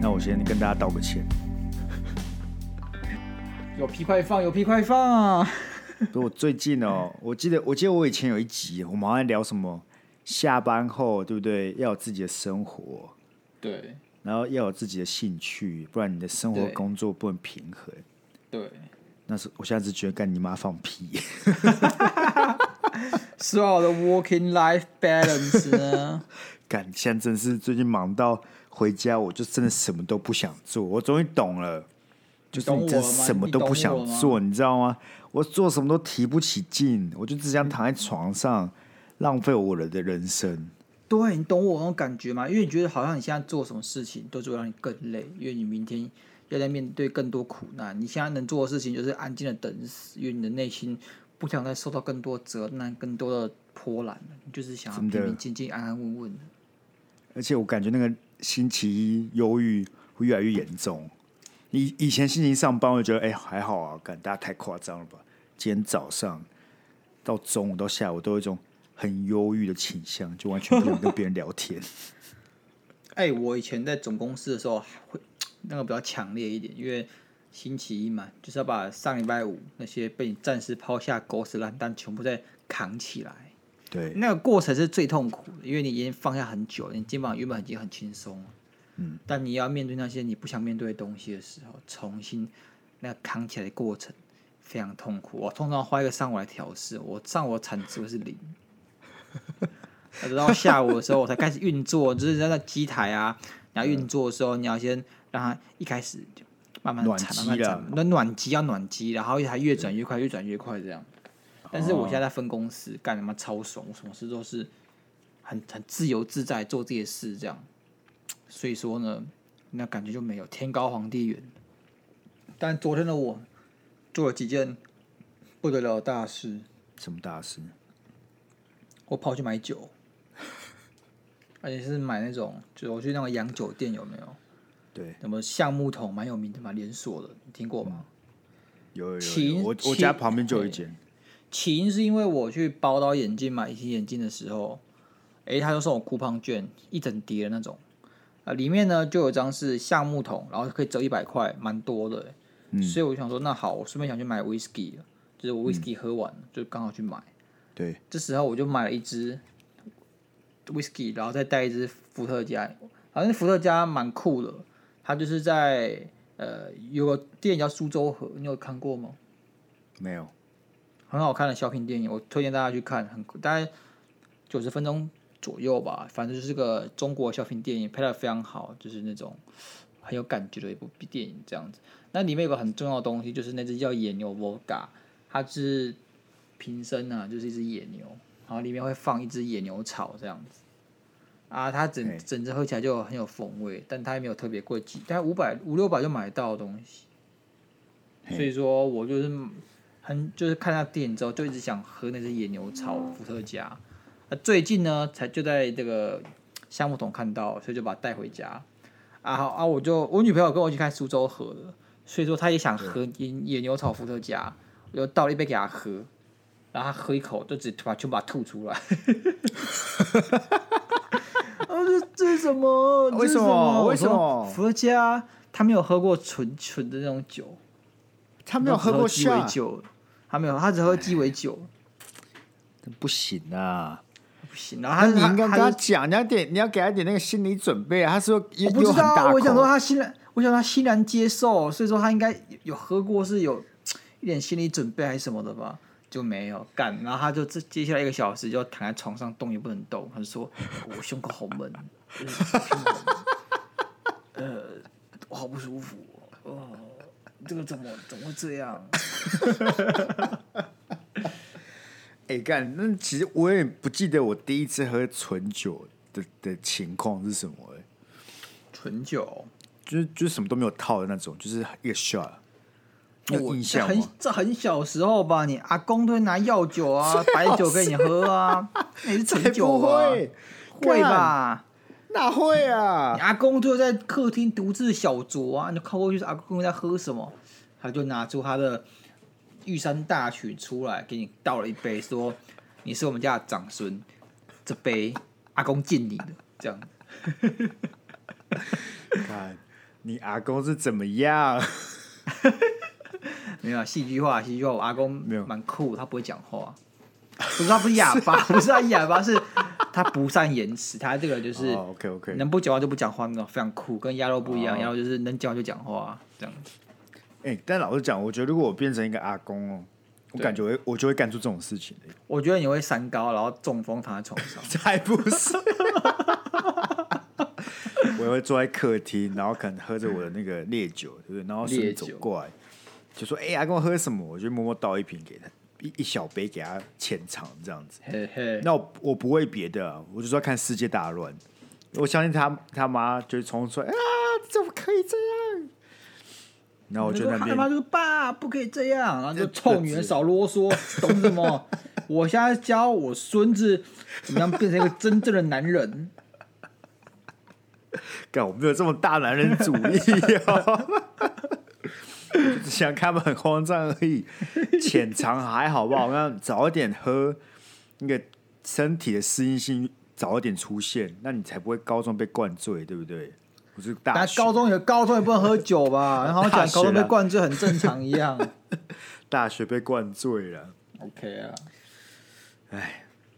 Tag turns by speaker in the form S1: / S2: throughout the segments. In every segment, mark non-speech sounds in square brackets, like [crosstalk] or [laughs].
S1: 那我先跟大家道个
S2: [laughs]
S1: 歉，
S2: 有屁快放，有屁快放。
S1: 就我最近哦，我记得我记得我以前有一集，我们好像聊什么下班后对不对，要有自己的生活，
S2: 对
S1: 然后要有自己的兴趣，不然你的生活
S2: 对
S1: 工作不能平衡。
S2: 对，
S1: 那是我现在是觉得干你妈放屁，
S2: 说啊好的 working life balance [laughs] 呢？
S1: 干现在真是最近忙到回家，我就真的什么都不想做。我终于懂了，就是
S2: 懂我
S1: 你真
S2: 了吗
S1: 什么都不想
S2: 你懂我
S1: 做，你知道吗？我做什么都提不起劲，我就只想躺在床上，浪费我的人生。
S2: 对你懂我那种感觉吗？因为你觉得好像你现在做什么事情都只会让你更累，因为你明天要在面对更多苦难。你现在能做的事情就是安静的等死，因为你的内心不想再受到更多责难、更多的波澜了，你就是想要
S1: 真的
S2: 平平静静、安安稳稳的。
S1: 而且我感觉那个星期一忧郁会越来越严重。以以前星期一上班，我就觉得哎、还好啊，感大家太夸张了吧。今天早上到中午到下午都有一种很忧郁的倾向，就完全不想跟别人聊天。 [laughs]
S2: 哎、我以前在总公司的时候还会那个比较强烈一点，因为星期一嘛，就是要把上礼拜五那些被你暂时抛下狗屎烂蛋全部再扛起来。
S1: 对，
S2: 那个过程是最痛苦的，因为你已经放下很久了，你肩膀原本已经很轻松了，嗯，但你要面对那些你不想面对的东西的时候，重新那个扛起来的过程非常痛苦。我通常花一个上午来调试，我上午的产值会是零，直到下午的时候我才开始运作，就是在那机台啊，你要
S1: 嗯
S2: 运作的时候，你要先让它一开始就慢慢
S1: 暖
S2: 产，
S1: 机
S2: 慢慢
S1: 啦
S2: 产，那暖机要暖机，然后它越转越快，越转越快这样。但
S1: 啊
S2: 是我现在在分公司，干他妈超爽，我什么事都是很很自由自在做自己的事这样。所以说呢，那感觉就没有天高皇帝远。但昨天的我做了几件不得了的大事，
S1: 什么大事？
S2: 我跑去买酒，而且是买那种，就是我去那个洋酒店有没有？
S1: 对，
S2: 什么橡木桶蛮有名的嘛，连锁的，你听过吗？
S1: 有有有有，
S2: 请
S1: 我我
S2: 请
S1: 家旁边就有一间。
S2: 起因是因为我去宝岛眼镜买隐形眼镜的时候，诶，他就送我酷胖券一整叠的那种，啊，里面呢就有一张是橡木桶，然后可以折一百块，蛮多的、欸所以我就想说，那好，我顺便想去买 whisky，了就是我 whisky 喝完了、就刚好去买。
S1: 对，
S2: 这时候我就买了一支 whisky，然后再带一支伏特加。好像伏特加蛮酷的，它就是在呃有个电影叫苏州河，你有看过吗？
S1: 没有。
S2: 很好看的小品电影，我推荐大家去看，很大概九十分钟左右吧，反正就是个中国小品电影，拍的非常好，就是那种很有感觉的一部电影这样子。那里面有个很重要的东西，就是那只叫野牛 Vodka，它是瓶身啊，就是一只野牛，然后里面会放一只野牛草这样子。啊，它
S1: 嘿
S2: 整整只喝起来就很有风味，但它也没有特别贵，几大概五百五六百就买得到的东西。
S1: 嘿
S2: 所以说我就是很就是看那电影之后，就一直想喝那只野牛草伏特加。啊，最近呢，才就在这个橡木桶看到，所以就把它带回家。啊好啊，我就我女朋友跟我一起看苏州河的，所以说她也想喝野野牛草伏特加，我就倒了一杯给她喝，然后她喝一口就直接把全部把它吐出来。 [laughs] 啊，这这是什么？这
S1: 为
S2: 是
S1: 什么
S2: 么？
S1: 为什
S2: 我说
S1: 么
S2: 伏特加他没有喝过纯纯的那种酒，
S1: 他
S2: 他
S1: 没有喝过
S2: 鸡尾
S1: 下，
S2: 酒，他没有，他只喝鸡尾酒，
S1: 不行啊！
S2: 不行。然
S1: 那
S2: 后他
S1: 你应该跟他
S2: 就
S1: 讲，你要点，你要给他点那个心理准备啊。他说
S2: 我
S1: 又
S2: 不
S1: 又
S2: 知
S1: 很大
S2: 道，
S1: 口
S2: 我想说他欣然，我想他欣然接受，所以说他应该有喝过，是有一点心理准备还是什么的吧，就没有干。然后他就这接下来一个小时就躺在床上动也不能动，他就说我胸口好闷，就是好平衡呃，我好不舒服，哦，这个怎么怎么会这样？
S1: 哎干，那其实我也不记得我第一次喝纯酒的的情况是什么、欸，
S2: 纯酒，
S1: 就是就是什么都没有套的那种，就是一个 shot。你有
S2: 我
S1: 印象 [laughs]
S2: 这很
S1: 吗？哎
S2: 这很小时候吧，你阿公都会拿药
S1: [laughs]
S2: 酒啊、白酒给你喝啊，那也是
S1: 才
S2: 纯酒
S1: 不
S2: 啊，
S1: 会，
S2: 会
S1: 干？
S2: 吧？
S1: 哪会啊 [laughs]
S2: 你？阿公就在客厅独自小酌啊，你就靠过去说阿公在喝什么，他就拿出他的玉山大曲出来，给你倒了一杯，说你是我们家的长孙，这杯阿公敬你的，这样
S1: 看你阿公是怎么样？
S2: 没有啊戏剧化，戏剧化。我阿公
S1: 没有
S2: 蛮酷，他不会讲话，不是他不是哑
S1: [laughs]
S2: 巴，不是他哑巴，是他不善言辞，他这个就是。
S1: 哦，OK OK，
S2: 能不讲话就不讲话，那种非常酷，跟鸭肉不一样。
S1: 哦
S2: 鸭肉就是能讲话就讲话，这样。
S1: 哎、但老实讲，我觉得如果我变成一个阿公哦，我
S2: 对
S1: 感觉我会我就会干出这种事情的。。
S2: 我觉得你会三高，然后中风躺在床上
S1: [laughs] 才不是！我也会坐在客厅，然后可能喝着我的那个烈酒，对不对？然后
S2: 烈
S1: 顺
S2: 酒
S1: 走过来，就说：“哎、阿公喝什么？”我就默默倒一瓶给他，一一小杯给他浅尝这样子。
S2: 嘿嘿，
S1: 那我我不为别的啊、我就是要看世界大乱。我相信他他妈就会冲出来啊，怎么可以这样？然后我就在那
S2: 他妈
S1: 边
S2: 就是爸，不可以这样，然后就臭女人少啰嗦，懂什
S1: [laughs]
S2: 么？我现在教我孙子怎么样变成一个真正的男人。
S1: 干，我没有这么大男人主义哦。 [laughs] 我只想看他们很慌张而已， [laughs] 浅尝还好不好？那早一点喝，那个 [laughs] 身体的适应性早一点出现，那你才不会高中被灌醉，对不对？我是大
S2: 但
S1: 学
S2: 高中也高中也不能喝酒吧？然后讲
S1: 大学
S2: 高中被
S1: 啦
S2: 灌醉很正常一样。
S1: 大学被灌醉了。
S2: OK 啊，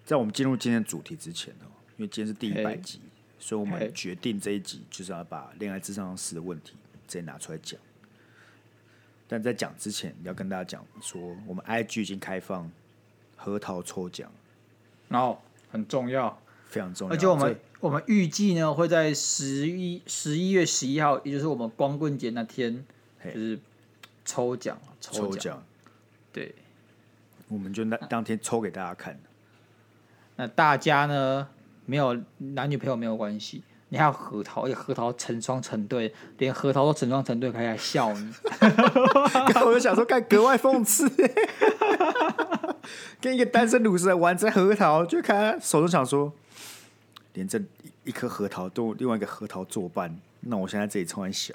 S1: 在我们进入今天的主题之前哦，因为今天是第一百
S2: 嘿
S1: 集，所以我
S2: 嘿
S1: 们决定这一集就是要把恋爱智商师的问题直接拿出来讲。但在讲之前，要跟大家讲说，我们 IG 已经开放核桃抽奖，
S2: 然后很重要。
S1: 非常重要。
S2: 而且我们
S1: 这
S2: 我们预计呢会在十一十一月十一号，也就是我们光棍节那天，
S1: 嘿
S2: 就是抽奖，
S1: 抽
S2: 奖，
S1: 奖，
S2: 对。
S1: 我们就那
S2: 啊
S1: 当天抽给大家看。
S2: 那大家呢，没有男女朋友没有关系，你还有核桃，而且核桃成双成对，连核桃都成双成对，还来笑你。
S1: [laughs] 我就想说，看格外讽刺， [laughs] 跟一个单身女士来玩这核桃，就看他手中想说，连这一颗核桃都有另外一个核桃作伴，那我现在这里充很小，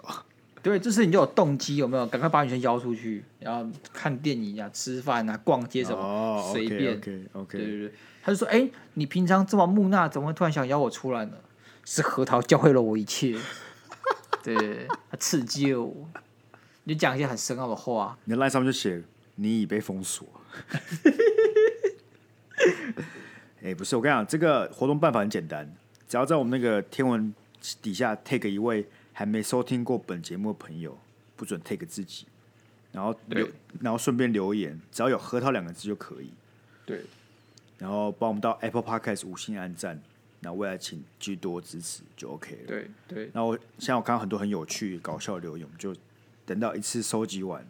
S2: 对，这次你就有动机，有没有？赶快把女生邀出去，然后看电影啊、吃饭啊、逛街什么，随便。
S1: 哦 OK
S2: 对
S1: OK，
S2: 对对，他就说：“哎、你平常这么木讷，怎么会突然想邀我出来呢？是核桃教会了我一切， [laughs] 对，它刺激了我。你就讲一些很深奥的话，
S1: 你的 line 上面就写你已被封锁。 [laughs] 哎、不是，我跟你讲，这个活动办法很简单，只要在我们那个天文底下 take 一位还没收听过本节目的朋友，不准 take 自己，然后留
S2: 对，
S1: 然后顺便留言，只要有“核桃”两个字就可以，
S2: 对，
S1: 然后帮我们到 Apple Podcast 五星按赞，那未来请居多支持就 OK 了。
S2: 对，对，
S1: 然后现在我看到很多很有趣、搞笑的留言，我们就等到一次收集完，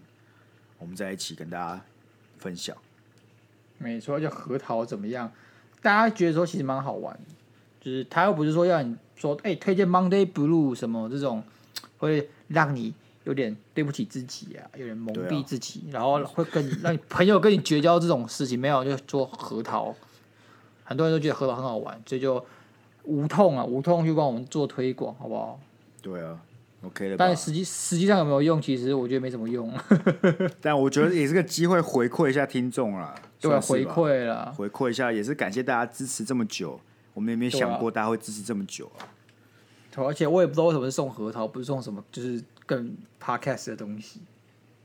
S1: 我们再一起跟大家分享。
S2: 没错。叫核桃怎么样？大家觉得说其实蛮好玩的，就是他又不是说要你说，哎、推荐 Monday Blue 什么这种，会让你有点对不起自己啊，有点蒙
S1: 对啊
S2: 蔽自己，然后会跟你让你朋友跟你绝交这种事情，没有就做核桃。很多人都觉得核桃很好玩，所以就无痛啊，无痛去帮我们做推广，好不好？
S1: 对啊，OK 了吧
S2: 但？实际实际上有没有用，其实我觉得没什
S1: [laughs]
S2: 么用，
S1: 但我觉得也是个机会回馈一下听众啦，
S2: 对
S1: 算
S2: 啊，回
S1: 是吧
S2: 馈啦，
S1: 回馈一下，也是感谢大家支持这么久，我们也没有
S2: 对啊
S1: 想过大家会支持这么久啊。
S2: 对而且我也不知道为什么是送核桃，不是送什么就是更 podcast 的东西。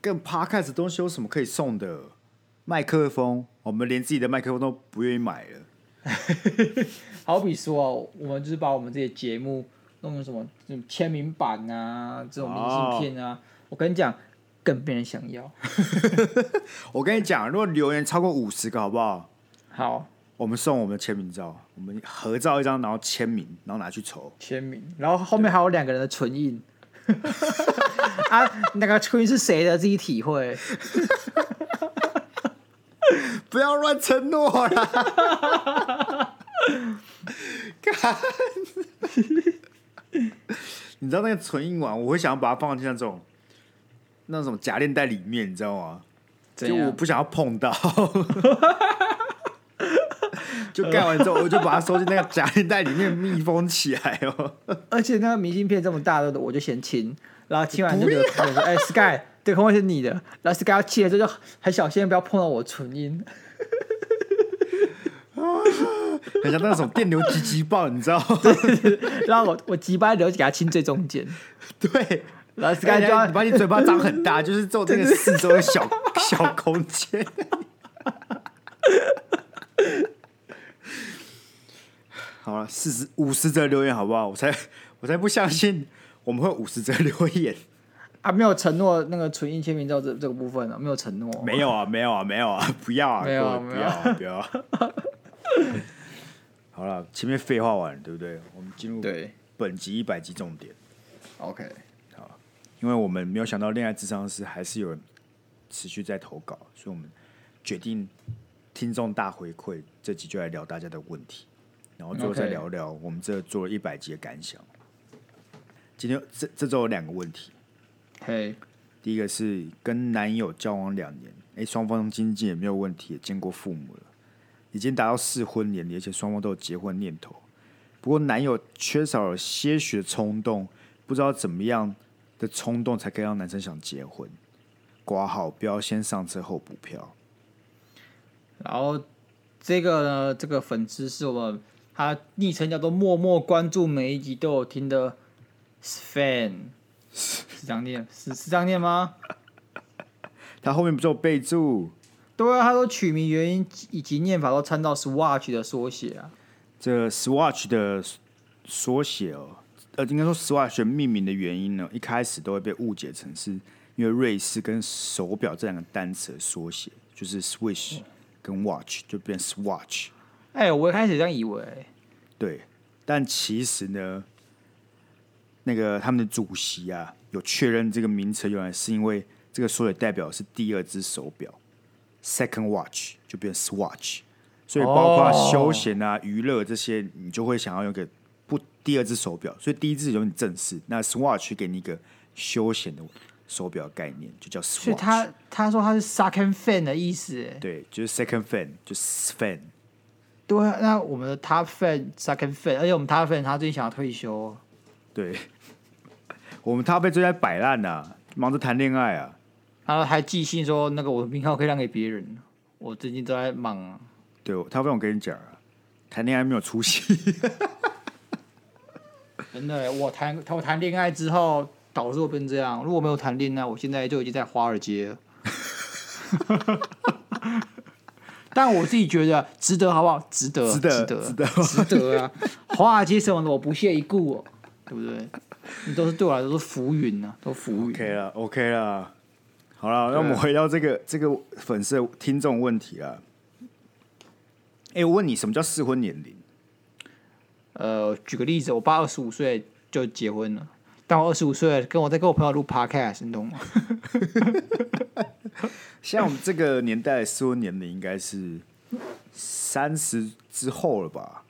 S1: 跟 Podcast 的东西有什么可以送的？麦克风，我们连自己的麦克风都不愿意买了。
S2: 好比说啊，我们就是把我们这些节目弄成什么这种签名版啊，这种明信片啊，我跟你讲，更被人想要。
S1: 我跟你讲，如果留言超过五十个，好不好？
S2: 好，
S1: 我们送我们的签名照，我们合照一张，然后签名，然后拿去抽。
S2: 签名，然后后面还有两个人的唇印。 [laughs] 啊，那个唇印是谁的？自己体会。
S1: [laughs] 不要乱承诺啦！ [laughs] 干你知道那个唇印丸，我会想要把它放进那种那种夹链袋里面，你知道吗？
S2: 怎
S1: 就
S2: 样
S1: 我不想要碰 [laughs] 到。就盖完之后，我就把它收进那个夹链袋里面，密封起来哦。
S2: 而且那个明信片这么大的，我就嫌轻。然后亲完就留给朋友说：“哎、s k y 对，空位是你的，然后 Sky 要气的时候就很小心，不要碰到我唇音。
S1: 很像那种电流急急爆，你知道？
S2: [laughs] 然后我我急掰的就给他亲最中
S1: [laughs]
S2: 间，
S1: 对，
S2: 然后 Sky
S1: 感
S2: 就
S1: 觉
S2: 要
S1: 哎你把你嘴巴张很
S2: [laughs]
S1: 大，就是做这个四周的小 [laughs] 小空间。 [laughs] 好了，四十五十则留言好不好？我才我才不相信我们会五十则留言。 [laughs]
S2: 啊没有承诺那个唇印签名照这这个部分啊，没有承诺。
S1: 没有啊，没有啊，没有啊，不要啊，
S2: 没有
S1: 各位
S2: 没
S1: 不
S2: 有
S1: 要、啊，不要、啊。 [laughs] 好了，前面废话完了，对不对？我们进入
S2: 对
S1: 本集一百集重点，
S2: ，OK，
S1: 因为我们没有想到恋爱智商是还是有人持续在投稿，所以我们决定听众大回馈这集就来聊大家的问题，然后最后再
S2: OK
S1: 聊聊我们这做了一百集的感想。今天这这周有两个问题，
S2: 嘿，
S1: 第一个是跟男友交往两年，哎，双方经济也没有问题，也见过父母了，已经达到适婚年龄，而且双方都有结婚念头。不过男友缺少了些许的冲动，不知道怎么样的冲动才可以让男生想结婚。挂号不要先上车后补票，
S2: 然后这个呢，这个粉丝是我们他昵称叫做默默关注每一集都有听的 fan，是这样念 [laughs] 是是这样念吗？
S1: 他后面不是有备注？对
S2: 对啊，他说取名原因以及念法都参照 Swatch 的缩写啊。
S1: 这 Swatch 的缩写哦，呃，应该说 Swatch 的命名的原因呢，一开始都会被误解成是因为瑞士跟手表这两个单词的缩写，就是 Swish 跟 Watch 就变 Swatch。
S2: 哎、我一开始这样以为，
S1: 对，但其实呢，那个他们的主席啊，有确认这个名词原来是因为这个缩写代表是第二只手表，second watch 就变 swatch，所以包括
S2: 哦
S1: 休闲啊、娱乐这些，你就会想要用个不第二只手表，所以第一只有你正式，那 swatch 给你一个休闲的手表概念，就叫 swatch。
S2: 所以他他说他是 second fan 的意思哎。
S1: 对，就是 second fan，就是 fan。
S2: 对啊，那我们的 top fan second fan，而且我们 top fan 他最近想要退休，
S1: 对， [laughs] 我们他被追在摆烂呐，忙着谈恋爱啊。
S2: 然后还寄信说那个我的名号可以让给别人，我最近都在忙、啊。
S1: 对，他不用跟你讲啊，谈恋爱没有出息。
S2: 真的，我谈我谈恋爱之后导致我变这样。如果没有谈恋爱，我现在就已经在华尔
S1: [laughs]
S2: 街了。但我自己觉得值得，好不好？值得，
S1: 值
S2: 值
S1: 得
S2: 得，
S1: 值
S2: 值
S1: 得
S2: 啊！华尔街什么的，我不屑一顾、哦，对不对？你都是对我来说都是浮云啊，都
S1: [laughs]
S2: 浮云。
S1: OK 了，OK 了，好了，那我们回到这个这个粉丝的听众问题啊。哎、我问你，什么叫适婚年龄？
S2: 呃，举个例子，我爸二十五岁就结婚了，但我二十五岁跟我在跟我朋友录 podcast，你懂吗？
S1: 像我们这个年代的适婚年龄应该是三十之后了吧？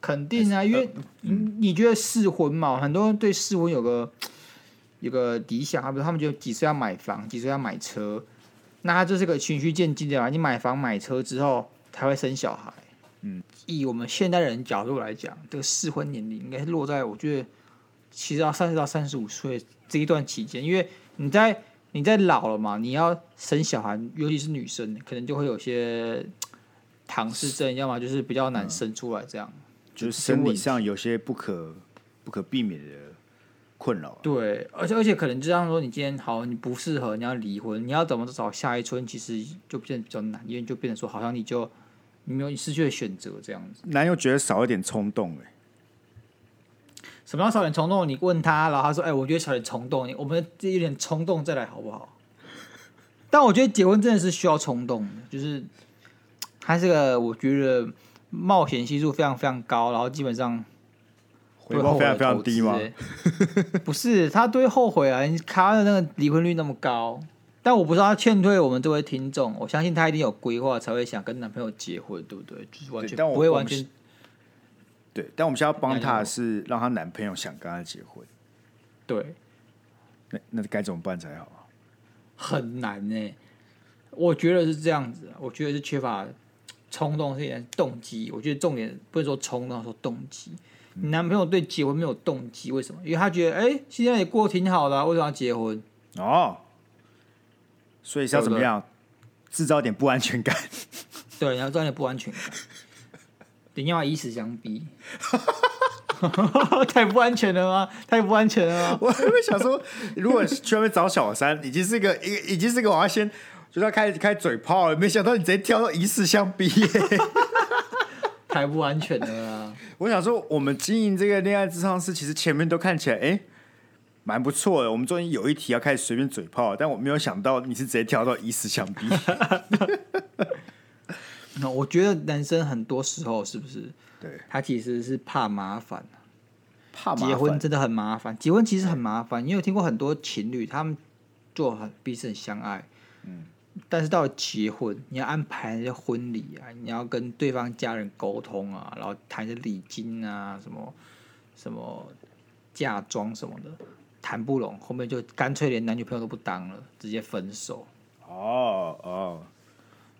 S2: 肯定啊，因为你你觉得适婚嘛，很多人对适婚有个有个理想啊，比如他们觉得几岁要买房，几岁要买车，那他就是个循序渐进的嘛。你买房买车之后才会生小孩。嗯，以我们现代人角度来讲，这个适婚年龄应该是落在我觉得其实到三十到三十五岁这一段期间，因为你在你在老了嘛，你要生小孩，尤其是女生，可能就会有些唐氏症，要么就是比较难生出来这样。
S1: 就是生理上有些不可不可避免的困扰啊、
S2: 对，而且而且可能就像说，你今天好，你不适合，你要离婚，你要怎么找下一春，其实就变得比较难，因为就变得说，好像你就你没有你失去了选择这样子。
S1: 男友觉得少一点冲动、欸，哎，
S2: 什么叫少点冲动？你问他，然后他说，哎、我觉得少点冲动，你我们这有点冲动再来好不好？ [laughs] 但我觉得结婚真的是需要冲动的，就是它是个我觉得冒险系数非常非常高，然后基本上
S1: 回报非常非常低吗？ [laughs]
S2: 对 [laughs] 不是，他都会后悔啊！你卡的那个离婚率那么高，但我不知道他劝退我们这位听众，我相信他一定有规划才会想跟男朋友结婚，对不对？就是完
S1: 对
S2: 全
S1: 但我
S2: 不会
S1: 我
S2: 完
S1: 们
S2: 全
S1: 是对，但我们现在要帮
S2: 男友
S1: 她的是让她男朋友想跟她结婚，
S2: 对，
S1: 那那该怎么办才好啊？
S2: 很难呢、我觉得是这样子啊，我觉得是缺乏冲动是一点动机。我觉得重点不是说冲动，说动机。你男朋友对结婚没有动机，为什么？因为他觉得，哎、现在也过得挺好的啊、为什么要结婚？
S1: 哦，所以是要怎么样制造点不安全感？
S2: 对，然后这样也不安全感， [laughs] 你要以死相逼， [laughs] 太不安全了吗？太不安全了吗？
S1: [laughs] 我还会想说，如果去外面找小三，已经是个一个已经是个往要先就是要开始开嘴炮了，没想到你直接跳到以死相逼
S2: [laughs]
S1: 耶、
S2: 太不安全了啦！
S1: 我想说，我们经营这个恋爱智商师，其实前面都看起来哎。诶蛮不错的，我们终于有一题要开始随便嘴炮了，但我没有想到你是直接跳到以死相逼。
S2: [laughs] 那我觉得男生很多时候是不是
S1: 对，
S2: 他其实是怕麻烦，
S1: 怕麻
S2: [laughs] 结婚
S1: 烦，
S2: 真的很麻烦，结婚其实很麻烦。你有听过很多情侣他们做很彼此很相爱，嗯，但是到了结婚，你要安排那些婚礼啊，你要跟对方家人沟通啊，然后谈一些礼金啊，什么什么嫁妆什么的，谈不拢，后面就干脆连男女朋友都不当了，直接分手。
S1: 哦哦，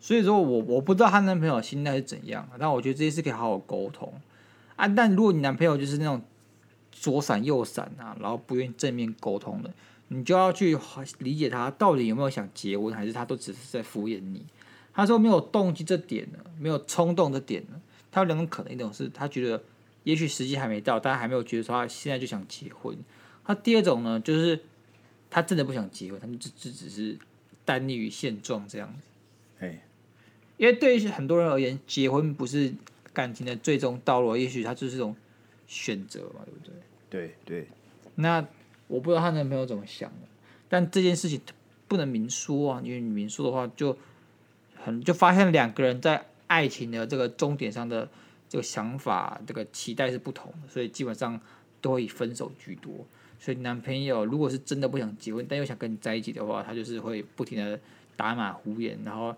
S2: 所以说我我不知道她男朋友心态是怎样，啊但我觉得这些事可以好好沟通啊。但如果你男朋友就是那种左闪右闪啊，然后不愿意正面沟通的，你就要去理解他到底有没有想结婚，还是他都只是在敷衍你。他说没有动机这点呢，没有冲动这点呢，他有两种可能，一种是他觉得也许时机还没到，但还没有觉得说他现在就想结婚。他第二种呢，就是他真的不想结婚，他就只只只是单立于现状这样子。
S1: 哎，
S2: 因为对于很多人而言，结婚不是感情的最终道路，也许它就是一种选择嘛，对不对？
S1: 对对，
S2: 那我不知道她男朋友怎么想的，但这件事情不能明说啊，因为你明说的话就很就发现两个人在爱情的这个终点上的这个想法、这个期待是不同的，所以基本上都会以分手居多。所以你男朋友如果是真的不想结婚，但又想跟你在一起的话，他就是会不停的打马虎眼，然后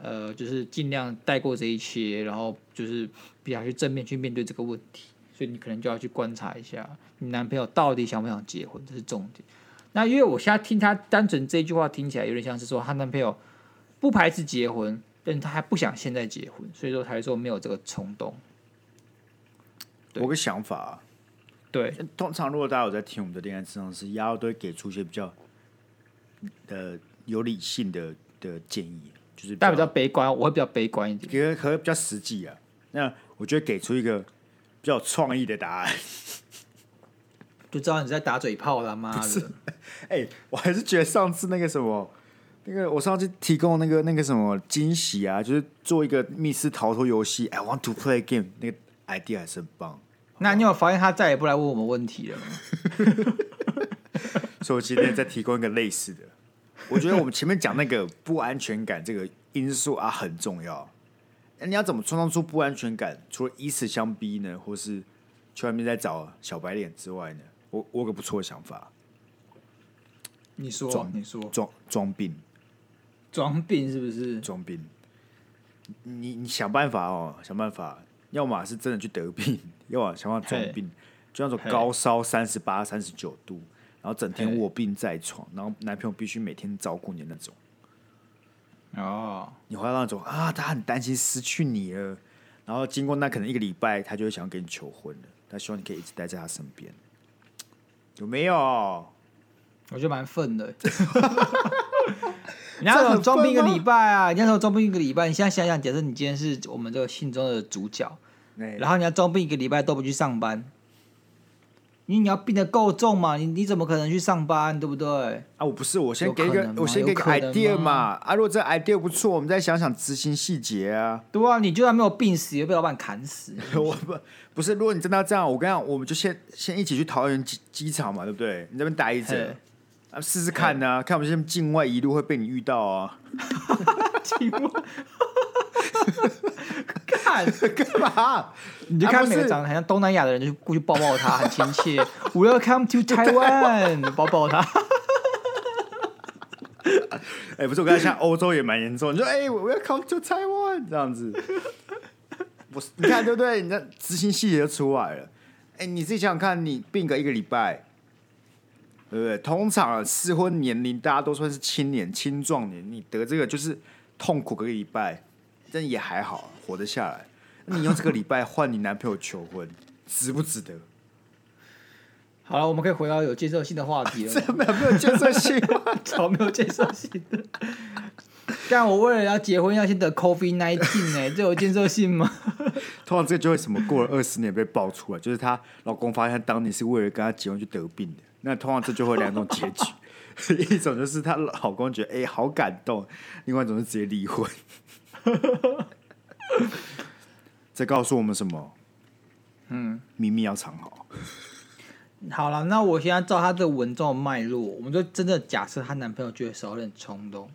S2: 呃，就是尽量带过这一切，然后就是比较去正面去面对这个问题。所以你可能就要去观察一下，你男朋友到底想不想结婚，这是重点。那因为我现在听他单纯这句话听起来有点像是说，她男朋友不排斥结婚，但他还不想现在结婚，所以说才说没有这个冲动。对
S1: 我有个想法、啊，
S2: 对，
S1: 通常如果大家有在听我们的恋爱智商师，丫头都会给出一些比较呃有理性的的建议，就是
S2: 但比较悲观，我会比较悲观一点。
S1: 给可能比较实际啊。那我觉得给出一个比较有创意的答案。 [laughs]
S2: 就知道你在打嘴炮了，妈的！
S1: 哎、我还是觉得上次那个什么，那个我上次提供那个那个什么惊喜啊，就是做一个密室逃脱游戏，I want to play a game，那个 idea 还是很棒。
S2: 那你有发现他再也不来问我们问题了吗？
S1: 所以我今天再提供一个类似的。我觉得我们前面讲那个不安全感这个因素啊很重要。那你要怎么创造出不安全感？除了以死相逼呢，或是去外面再找小白脸之外呢？我我有个不错的想法，
S2: 你说
S1: 装，
S2: 你说，
S1: 装装病。
S2: 装病是不是？
S1: 装病。你你你想办法哦，想办法，要么是真的去得病， [laughs] 要么想办法装病，就那种
S2: 嘿
S1: 高烧三十八、三十九度，然后整天
S2: 嘿
S1: 卧病在床，然后男朋友必须每天照顾你的那种。
S2: 哦，
S1: 你会那种啊，他很担心失去你了，然后经过那可能一个礼拜，他就会想要跟你求婚了，他希望你可以一直待在他身边，有没有？
S2: 我觉得蛮愤的。你那时候装病一个礼拜啊，你那时候装病一个礼拜，你现在想想，假设你今天是我们这个信中的主角，
S1: 哎
S2: 然后你要装病一个礼拜都不去上班，因为你要病得够重嘛，你你怎么可能去上班，对不对？
S1: 啊，我不是，我先
S2: 有
S1: 给一
S2: 可
S1: 个
S2: 能，吗
S1: 我先给一个
S2: 有可能
S1: idea 嘛
S2: 吗，
S1: 啊，如果这 idea 不错，我们再想想执行细节
S2: [laughs]
S1: 啊。
S2: 对啊，你就算没有病死，也被老板砍死。
S1: 我不不是，如果你真的要这样，我跟你讲，我们就先先一起去桃园机机场嘛，对不对？你这边待着
S2: 嘿，
S1: 啊，试试看呐、看我们现在境外一路会被你遇到啊。
S2: [laughs] [laughs] 请 [laughs] 问，看，
S1: 干嘛？
S2: 你就
S1: 啊
S2: 看
S1: 不
S2: 每
S1: 是
S2: 个长得很像东南亚的人，就过去抱抱他，很亲切。Welcome to Taiwan，抱抱他。
S1: 哎、不是，我跟你讲，欧洲也蛮严重。你说，哎、我我要 come to Taiwan 这样子，我你看对不对？你的执行细节就出来了。哎、你自己想想看，你病个一个礼拜，对不对？通常啊适婚年龄大家都算是青年、青壮年，你得这个就是痛苦个礼拜，但也还好，活得下来。 [laughs] 那你用这个礼拜换你男朋友求婚，值不值得？
S2: 好了，我们可以回到有建设性的话 [laughs] 题了，
S1: 根本没有建设性嘛。
S2: 超没有建设性的。但我为了要结婚，要先得 COVID nineteen 哎，这有建设性吗？
S1: 通常这就会什么过了二十年被爆出来，就是她老公发现她当年是为了跟她结婚去得病的。那通常这就会有两种结局， [laughs] 一种就是她老公觉得哎、好感动，另外一种是直接离婚。这告诉我们什么？嗯，秘密要藏好。
S2: 好了，那我现在照她的文中的脉络，我们就真的假设她男朋友觉得手有点冲动，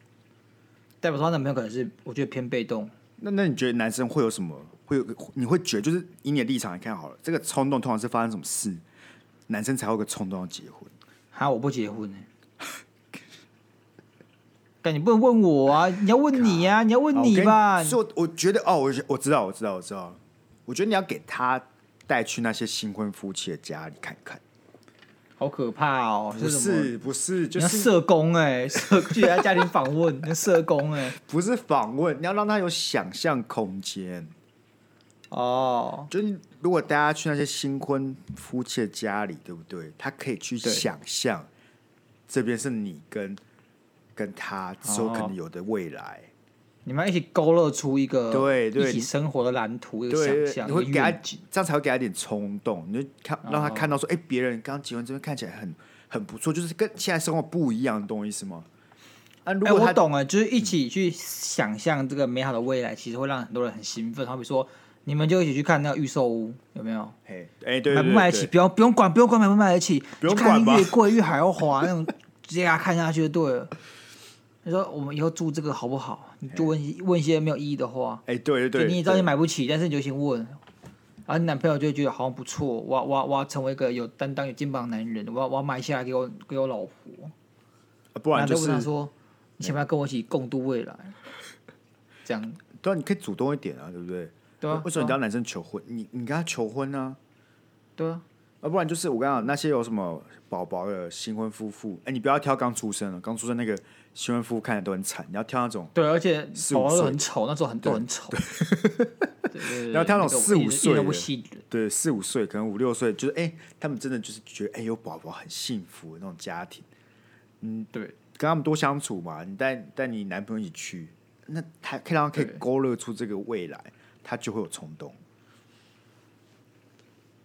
S2: 代表说她男朋友可能是我觉得偏被动，
S1: 那那你觉得男生会有什么？会有你会觉得就是以你的立场来看好了，这个冲动通常是发生什么事，男生才会有个冲动要结婚？
S2: 哈，我不结婚呢、
S1: [laughs]
S2: 但你不能问我啊，你要问你呀、啊，你要问
S1: 好
S2: 你吧。
S1: 所以我我觉得哦，我觉我知道，我知道，我知道。我觉得你要给他带去那些新婚夫妻的家里看看，
S2: 好可怕哦！
S1: 不
S2: 什么？
S1: 是不是，就
S2: 你要
S1: 是
S2: 社工哎、社去人家家庭访问， [laughs] 你要社工哎、
S1: 不是访问，你要让他有想象空间。
S2: 哦，
S1: 就是如果大家去那些新婚夫妻的家里，对不对？他可以去
S2: 对
S1: 想象，这边是你跟跟他之后
S2: 哦
S1: 可能有的未来。
S2: 你们要一起勾勒出一个
S1: 对对
S2: 一起生活的蓝图，一个
S1: 对
S2: 想
S1: 对，
S2: 象，
S1: 你会
S2: 一个
S1: 给他
S2: 愿景
S1: 这样才会给他一点冲动，你就看让他
S2: 哦
S1: 看到说，哎、别人刚结婚这边看起来很很不错，就是跟现在生活不一样，懂我意思吗？啊，如
S2: 哎、
S1: 果他、
S2: 我懂了，就是一起去想象这个美好的未来，其实会让很多人很兴奋。好比说，你们就一起去看那个预售屋，有没有？
S1: 哎哎，对对
S2: 买不买得起，
S1: 对
S2: 不用不用管，不用管买不买得起，
S1: 不用
S2: 去
S1: 管
S2: 看
S1: 吧
S2: 越贵越豪华那种，直接给他看下去就对了。你说我们以后住这个好不好？你就问一问一些没有意义的话，
S1: 哎，对对对，
S2: 就你也知道你
S1: 对
S2: 买不起，但是你就先问，然后你男朋友就会觉得好像不错，我要我要我要成为一个有担当、有肩膀的男人，我要我要买下来给我给我老婆，
S1: 啊不然
S2: 然后
S1: 就
S2: 再问他
S1: 是，
S2: 说，你想不想跟我一起共度未来？这样
S1: 对啊，你可以主动一点啊，对不对？
S2: 对啊，
S1: 为什么你
S2: 对
S1: 要
S2: 啊？
S1: 男生求婚？你你跟他求婚呢、
S2: 对啊，
S1: 啊？要不然就是我跟你讲，那些有什么宝宝的新婚夫妇，哎，你不要挑刚出生了，刚出生那个新婚夫妇看起来都很惨，你要挑那种
S2: 对，而且
S1: 四
S2: 宝
S1: 五
S2: 宝都
S1: 岁
S2: 很丑，那时候很都很丑。
S1: [laughs]
S2: 对对对
S1: 然后他那种
S2: 个
S1: 四五
S2: 一点
S1: 岁
S2: 一点都不
S1: 的
S2: 吸引人。
S1: 对，四五岁，可能五六岁，就是哎、他们真的就是觉得哎、有宝宝很幸福的那种家庭，嗯
S2: 对，
S1: 跟他们多相处嘛，你带带你男朋友一起去，那他可以让他可以
S2: 对
S1: 勾勒出这个未来，他就会有冲动。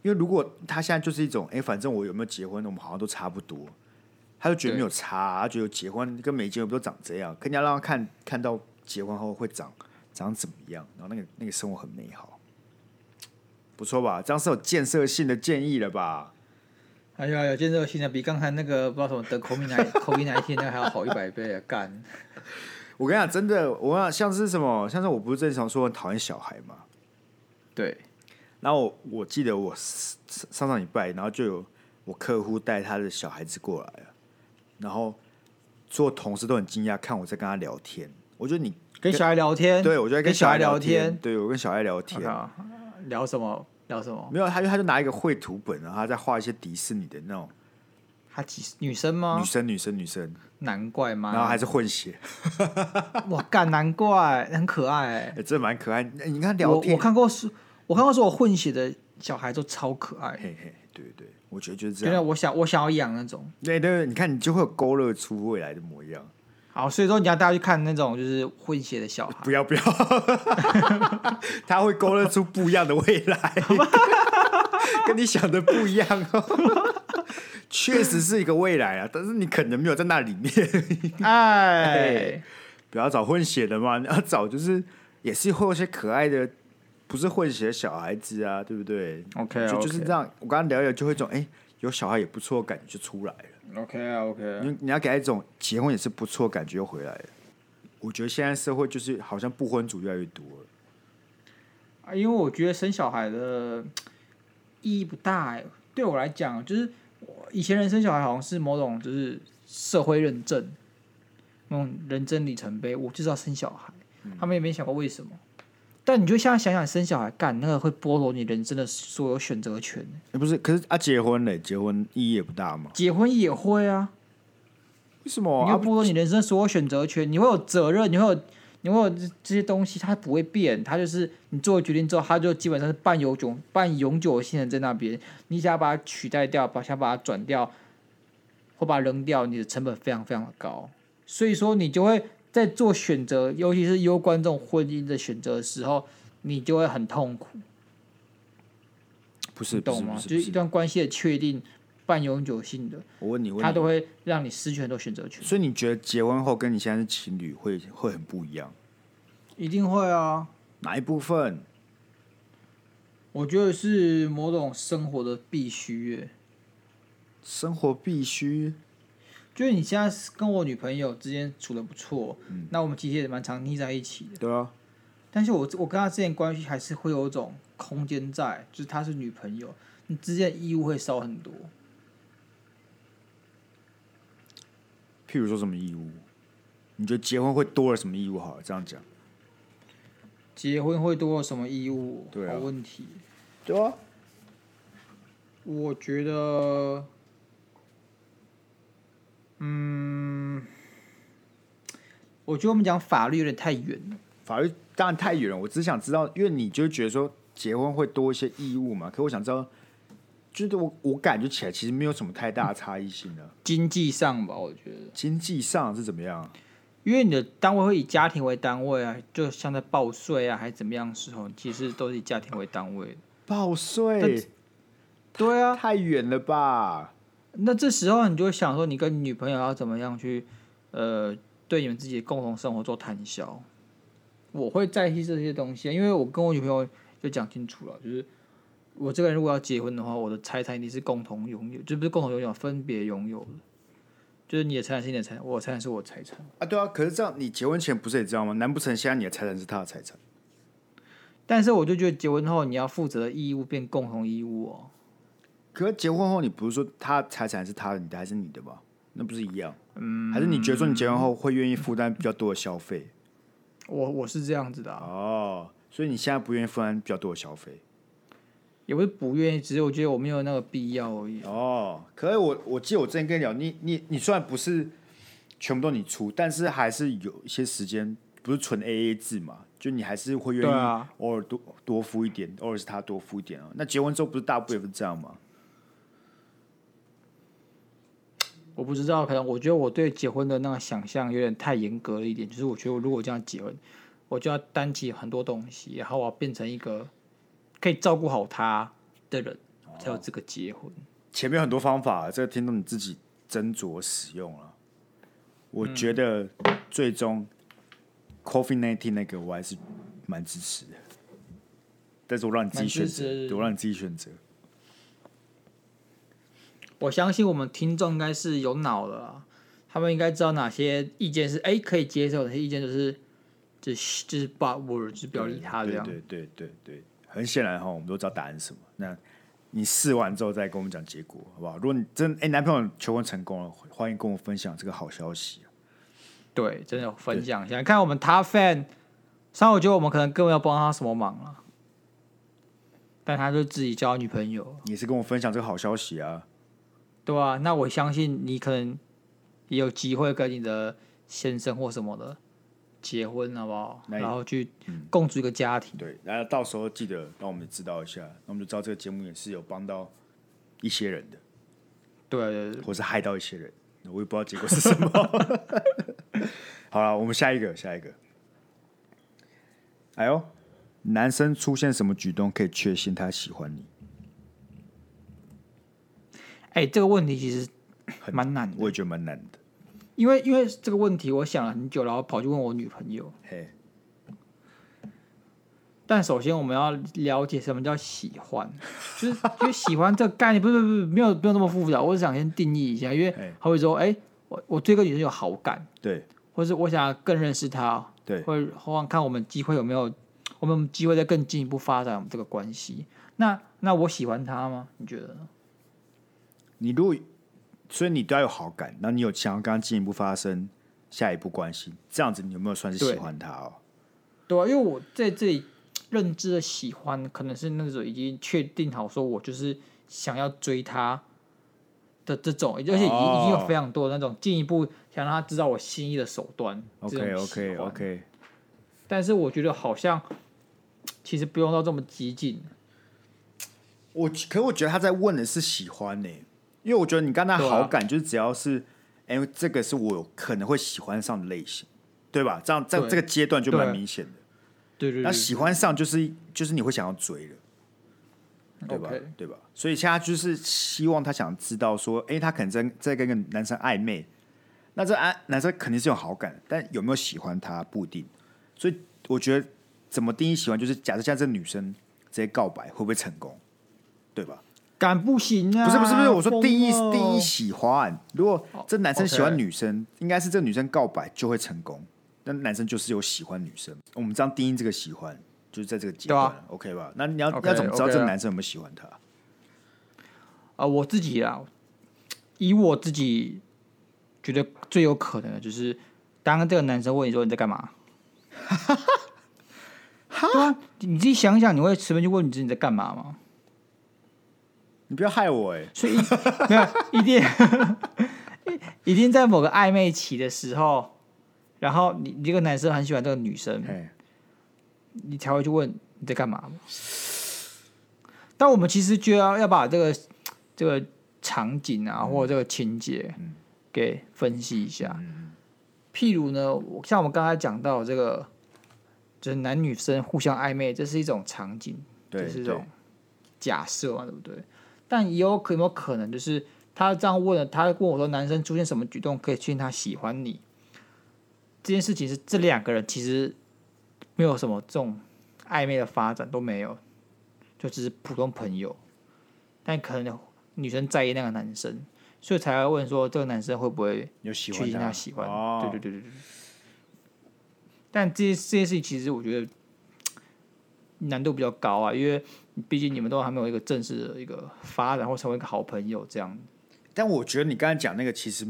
S1: 因为如果他现在就是一种哎、反正我有没有结婚，我们好像都差不多，他就觉得没有差啊、他觉得结婚跟没结婚不都长这样，可你要让他看看到结婚后会长长怎么样，然后那个那个生活很美好。不错吧？这样是有建设性的建议了吧？
S2: 哎呀，有建设性的，比刚才那个不知道什么得 COVID 哪 COVID 哪一天那个还要好一百倍啊！干，
S1: 我跟你讲，真的，我跟你讲像是什么，像是我不是正常说很讨厌小孩嘛？
S2: 对，
S1: 然后我我记得我上上上礼拜，然后就有我客户带他的小孩子过来了，然后所有同事都很惊讶，看我在跟他聊天。我觉得你
S2: 跟小孩聊天，
S1: 对我就在
S2: 哎跟
S1: 小
S2: 孩
S1: 聊
S2: 聊天，
S1: 对我跟小孩聊天
S2: 我，靠聊什么聊什么？
S1: 没有他就他就拿一个绘图本，然后他在画一些迪士尼的那种
S2: 她几女生吗
S1: 女？生、女生、女生，
S2: 难怪吗？
S1: 然后还是混血，
S2: 啊哇干，难怪很可爱欸、
S1: 哎，真的蛮可爱。哎你看
S2: 我
S1: 聊
S2: 我
S1: 天，
S2: 看过是，我看过说我混血的小孩都超可爱，
S1: 嘿嘿，对对，对我觉得就是这啊
S2: 真
S1: 样
S2: 的，。我想我想要养那种。
S1: 对对，你看你就会有勾勒出未来的模样。
S2: 好，所以说你要大家去看那种就是混血的
S1: [laughs]
S2: 小孩，
S1: 不要
S2: [laughs]
S1: 不要，他会勾勒出不一样的未
S2: [laughs]
S1: 来，跟你想的不一样哦。确实是一个未来啊，但是你可能没有在那里面。
S2: 哎，
S1: 不要找混血的嘛，你要找就是也是会有一些可爱的，不是混血的小孩子啊，对不对
S2: OK，
S1: 就就是
S2: OK
S1: 这样。我刚刚聊一聊，就会一种哎、有小孩也不错的感觉就出来了。
S2: OK 啊 OK
S1: 你你要给他一种结婚也是不错的感觉又回来了。我觉得现在社会就是好像不婚族越来越多了。
S2: 啊，因为我觉得生小孩的意义不大、欸。对我来讲，就是我以前人生小孩好像是某种就是社会认证，那种人生里程碑，我就是要生小孩。
S1: 嗯
S2: 他们也没想过为什么。但你就现在想想，生小孩干那个会剥夺你人生的所有选择权欸、
S1: 欸、不是，可是啊，结婚嘞，结婚意义也不大嘛？
S2: 结婚也会啊，
S1: 为什么
S2: 你
S1: 啊
S2: 要？剥夺你人生所有选择权，你会有责任，你会有因为这这些东西它不会变，它就是你做了决定之后，它就基本上是半永久、半永久性的在那边。你想要把它取代掉，把想把它转掉，或把它扔掉，你的成本非常非常的高。所以说，你就会在做选择，尤其是攸关这种婚姻的选择的时候，你就会很痛苦，
S1: 不
S2: 你
S1: 是不是
S2: 懂
S1: 不
S2: 吗？
S1: 是，
S2: 就是
S1: 不
S2: 一
S1: 是
S2: 段关系的确定，半永久性的，
S1: 我问你，我
S2: 它
S1: 问你，
S2: 都会让你失去很多选择权。
S1: 所以你觉得结婚后跟你现在是情侣会会很不一样？
S2: 一定会啊，
S1: 哪一部分？
S2: 我觉得是某种生活的必须耶、
S1: 生活必须
S2: 就是你现在是跟我女朋友之间处的不错，
S1: 嗯
S2: 那我们其实也蛮常腻在一起的。
S1: 对啊，
S2: 但是我我跟她之间关系还是会有一种空间在，就是她是女朋友，你之间的义务会少很多。
S1: 譬如说什么义务？你觉得结婚会多了什么义务？好了，这样讲。
S2: 结婚会多了什么义务？
S1: 对啊
S2: 好问题。
S1: 对啊，
S2: 我觉得，嗯，我觉得我们讲法律有点太远了。
S1: 法律当然太远了，我只想知道，因为你就觉得说结婚会多一些义务嘛，可我想知道，就是我我感觉起来其实没有什么太大的差异性的、
S2: 经济上吧，我觉得。
S1: 经济上是怎么样？
S2: 因为你的单位会以家庭为单位啊，就像在报税啊，还是怎么样的时候，其实都是以家庭为单位的。
S1: 报
S2: 但
S1: 税
S2: 对啊，
S1: 太远了吧？
S2: 那这时候你就会想说，你跟你女朋友要怎么样去，呃，对你们自己的共同生活做摊销。我会在意这些东西，啊因为我跟我女朋友就讲清楚了，就是我这个人如果要结婚的话，我的财产一定是共同拥有，就不是共同拥有，分别拥有的。就是你的财产是你的财产，我的财产是我的财产。
S1: 啊，对啊，可是这样你结婚前不是也这样吗？难不成现在你的财产是他的财产？
S2: 但是我就觉得结婚后你要负责的义务变共同义务哦。
S1: 可是结婚后，你不是说他财产是他的，你的还是你的吗？那不是一样？嗯，还是你觉得说你结婚后会愿意负担比较多的消费？
S2: 我我是这样子的、啊，
S1: 哦，所以你现在不愿意负担比较多的消费？
S2: 也不是不愿意，只是我觉得我没有那个必要而已。
S1: 哦，可是我我记得我之前跟你聊，你你你虽然不是全部都你出，但是还是有一些时间不是纯 A A 制嘛，就你还是会愿
S2: 对
S1: 意
S2: 啊
S1: 偶尔多、多付一点，偶尔是他多付一点啊。那结婚之后不是大部分也是这样吗？
S2: 我不知道，可能我觉得我对结婚的那个想象有点太严格了一点，就是我觉得我如果这样结婚，我就要担起很多东西，然后我要变成一个可以照顾好他的人，才有资格结婚。
S1: 前面有很多方法，这个听众你自己斟酌使用了。我觉得最终 COVID nineteen 那个我还是蛮支持的，但是我让你自己选
S2: 蛮支持
S1: 择，对我让你自己选择。
S2: 我相信我们听众应该是有脑的啦，他们应该知道哪些意见是哎、可以接受，哪些意见就是就是就是 but word，就是不要理他这
S1: 对
S2: 样。
S1: 对对对对，很显然哈，我们都知道答案是什么。那你试完之后再跟我们讲结果，好不好？如果你真哎、男朋友求婚成功了，欢迎跟我分享这个好消息。啊
S2: 对，真的有分享一下。看我们他 fan，虽然我觉得我们可能根本要帮他什么忙了，但他就自己交女朋友，
S1: 你也是跟我分享这个好消息啊，
S2: 对吧、那我相信你可能也有机会跟你的先生或什么的结婚，好不好？
S1: 那也
S2: 然后去共组一个家庭。
S1: 对，然后到时候记得让我们知道一下，那我们就知道这个节目也是有帮到一些人的，
S2: 对啊对对，
S1: 或是害到一些人，我也不知道结果是什么。 [laughs] 好了，我们下一个，下一个。哎呦，男生出现什么举动可以确信他喜欢你？
S2: 哎、这个问题其实蛮难的，
S1: 我也觉得蛮难的。
S2: 因为因为这个问题我想了很久，然后跑去问我女朋友。
S1: 嘿，
S2: 但首先我们要了解什么叫喜欢， [laughs] 就是因为喜欢这个概念，不是不是不是没有没有那么复杂，我只想先定义一下，因为
S1: 哎
S2: 他会说，哎、我我对一个女生有好感，
S1: 对
S2: 或是我想要更认识她，
S1: 对，
S2: 或者或看我们机会有没有，我们有没有机会再更进一步发展我们这个关系。那那我喜欢她吗？你觉得呢？
S1: 你如果所以你对他有好感，然后你有想要跟他进一步发生下一步关系，这样子你有没有算是喜
S2: 对
S1: 欢他哦？
S2: 对啊，因为我在这里认知的喜欢，可能是那种已经确定好，说我就是想要追她的这种，而且已经、
S1: 哦
S2: 已经有非常多的那种进一步想让她知道我心意的手段。
S1: OK OK OK，
S2: 但是我觉得好像其实不用到这么激进，
S1: 我可我觉得他在问的是喜欢呢、因为我觉得你刚才
S2: 对啊
S1: 好感就是只要是，哎、这个是我有可能会喜欢上的类型，对吧？这样在
S2: 对
S1: 这个阶段就蛮
S2: 对
S1: 明显的。
S2: 对对
S1: 那
S2: 对，
S1: 喜欢上就是就是你会想要追了，对吧
S2: OK
S1: 对吧？所以现在就是希望他想知道说，哎、他可能在在跟个男生暧昧，那这男男生肯定是有好感，但有没有喜欢他不一定。所以我觉得怎么定义喜欢，就是假设现在这女生直接告白会不会成功，对吧？
S2: 敢不行啊？
S1: 不是不是不是，我说
S2: 疯
S1: 第一
S2: 了哦
S1: 第一喜欢，如果这男生喜欢
S2: OK
S1: 女生，应该是这女生告白就会成功，那男生就是有喜欢女生。我们这样定义这个喜欢，就是在这个阶段、
S2: 对啊
S1: o k 吧？那你要
S2: OK，
S1: 要怎么知道
S2: OK 啊
S1: 这个男生有没有喜欢她？
S2: 啊，我自己啊，以我自己觉得最有可能的就是，当这个男生问你说你在干嘛，对啊，你自己想一想，你会随便去问你自己你在干嘛吗？
S1: 你不要害我哎、
S2: 所以一 [laughs] 没有一定一一定在某个暧昧期的时候，然后你你这个男生很喜欢这个女生，
S1: 哎，
S2: 你才会去问你在干嘛嘛。但我们其实就要要把这个这个场景啊，或者这个情节
S1: 嗯
S2: 给分析一下。
S1: 嗯
S2: 譬如呢，我像我们刚才讲到这个，就是男女生互相暧昧，这是一种场景，
S1: 对
S2: 就是这
S1: 对
S2: 种，假设嘛，对不对？但也有可有没有可能，就是他这样问了，他问我说男生出现什么举动可以确定他喜欢你？这件事情是这两个人其实没有什么这种暧昧的发展都没有，就只是普通朋友。但可能女生在意那个男生，所以才会问说这个男生会不会
S1: 你有喜
S2: 确
S1: 欢
S2: 定
S1: 她
S2: 他喜欢。
S1: 哦、
S2: 对对对对对。但这些这件事情其实我觉得难度比较高啊，因为毕竟你们都还没有一个正式的一个发展或成为一个好朋友这样
S1: 但我觉得你刚才讲那个其实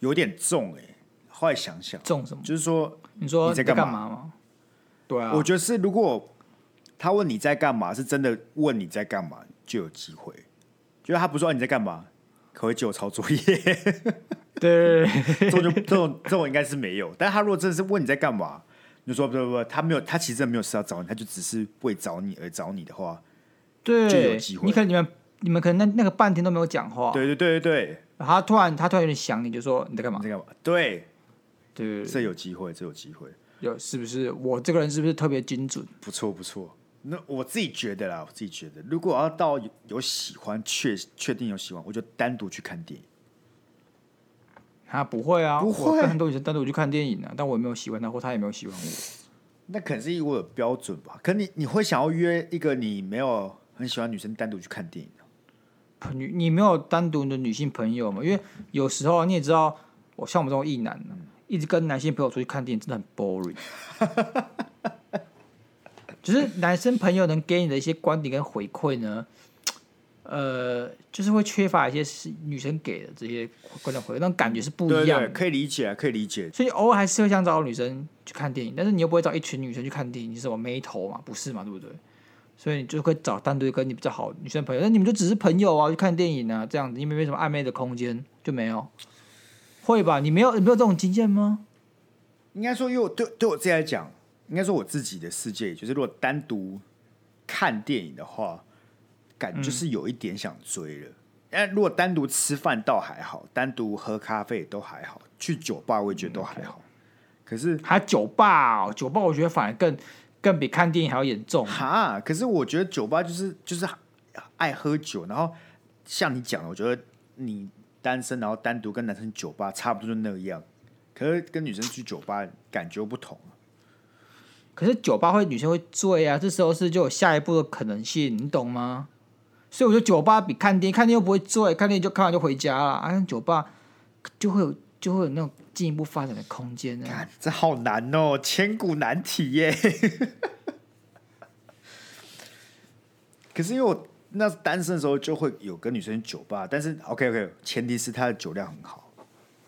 S1: 有点重哎、后来想想，
S2: 重什么？
S1: 就是说
S2: 你说
S1: 你在
S2: 干
S1: 干
S2: 嘛吗？对啊，
S1: 我觉得是，如果他问你在干嘛，是真的问你在干嘛，就有机会。就是他不说、啊你在干嘛，可会借我抄作业， [laughs]
S2: 对对啊对
S1: 这种就这种这种应该是没有。但他如果真的是问你在干嘛，你就说不不不，他没有，他其实真的没有事要找你，他就只是为找你而找你的话，
S2: 对，
S1: 就有机会
S2: 你可能你们你们可能那那个半天都没有讲话，
S1: 对对对对对，
S2: 然后他突然他突然有点想你，就说你在干嘛
S1: 你？在干嘛？对，
S2: 对对对，
S1: 这有机会，这有机会，
S2: 有是不是我这个人是不是特别精准？
S1: 不错不错。那我自己觉得啦，我自己觉得，如果要到有有喜欢，确确定有喜欢，我就单独去看电影。
S2: 他不会啊，
S1: 不
S2: 我
S1: 会
S2: 跟很多女生单独去看电影啊，但我也没有喜欢他，或他也没有喜欢我。
S1: 那可能是以我的标准吧。可你你会想要约一个你没有很喜欢的女生单独去看电影？
S2: 朋友，你没有单独的女性朋友嘛？因为有时候你也知道，我像我们这种异男、啊，一直跟男性朋友出去看电影，真的很 boring。就是男生朋友能给你的一些观点跟回馈呢，呃，就是会缺乏一些是女生给的这些观点回馈，那种感觉是不
S1: 对
S2: 一样
S1: 对，
S2: 的。
S1: 可以理解，啊可以理解。
S2: 所以偶尔还是会想找女生去看电影，但是你又不会找一群女生去看电影，你是什么妹头嘛？不是嘛？对不对？所以你就会找单独跟你比较好的女生朋友，那你们就只是朋友啊，去看电影啊，这样子，你们没什么暧昧的空间，就没有，会吧？你没有，你没有这种经验吗？
S1: 应该说，因为我对对我自己来讲，应该说我自己的世界，就是如果单独看电影的话，感觉就是有一点想追了。但如果单独吃饭倒还好，单独喝咖啡都还好，去酒吧我也觉得都还好。可是
S2: 还有酒吧、哦，酒吧我觉得反而更更比看电影还要严重。
S1: 哈，可是我觉得酒吧就是就是爱喝酒，然后像你讲的，我觉得你单身然后单独跟男生去酒吧差不多就那样，可是跟女生去酒吧感觉又不同啊。
S2: 可是酒吧会女生会醉啊，这时候是就有下一步的可能性，你懂吗？所以我觉得酒吧比看电影，看电影又不会醉，看电影就看完就回家了，啊，酒吧就会有就会有那种进一步发展的空间呢、啊。
S1: 干这好难哦，千古难题耶。 [laughs] 可是因为我那单身的时候就会有跟女生去酒吧，但是 OK OK，前提是她的酒量很好，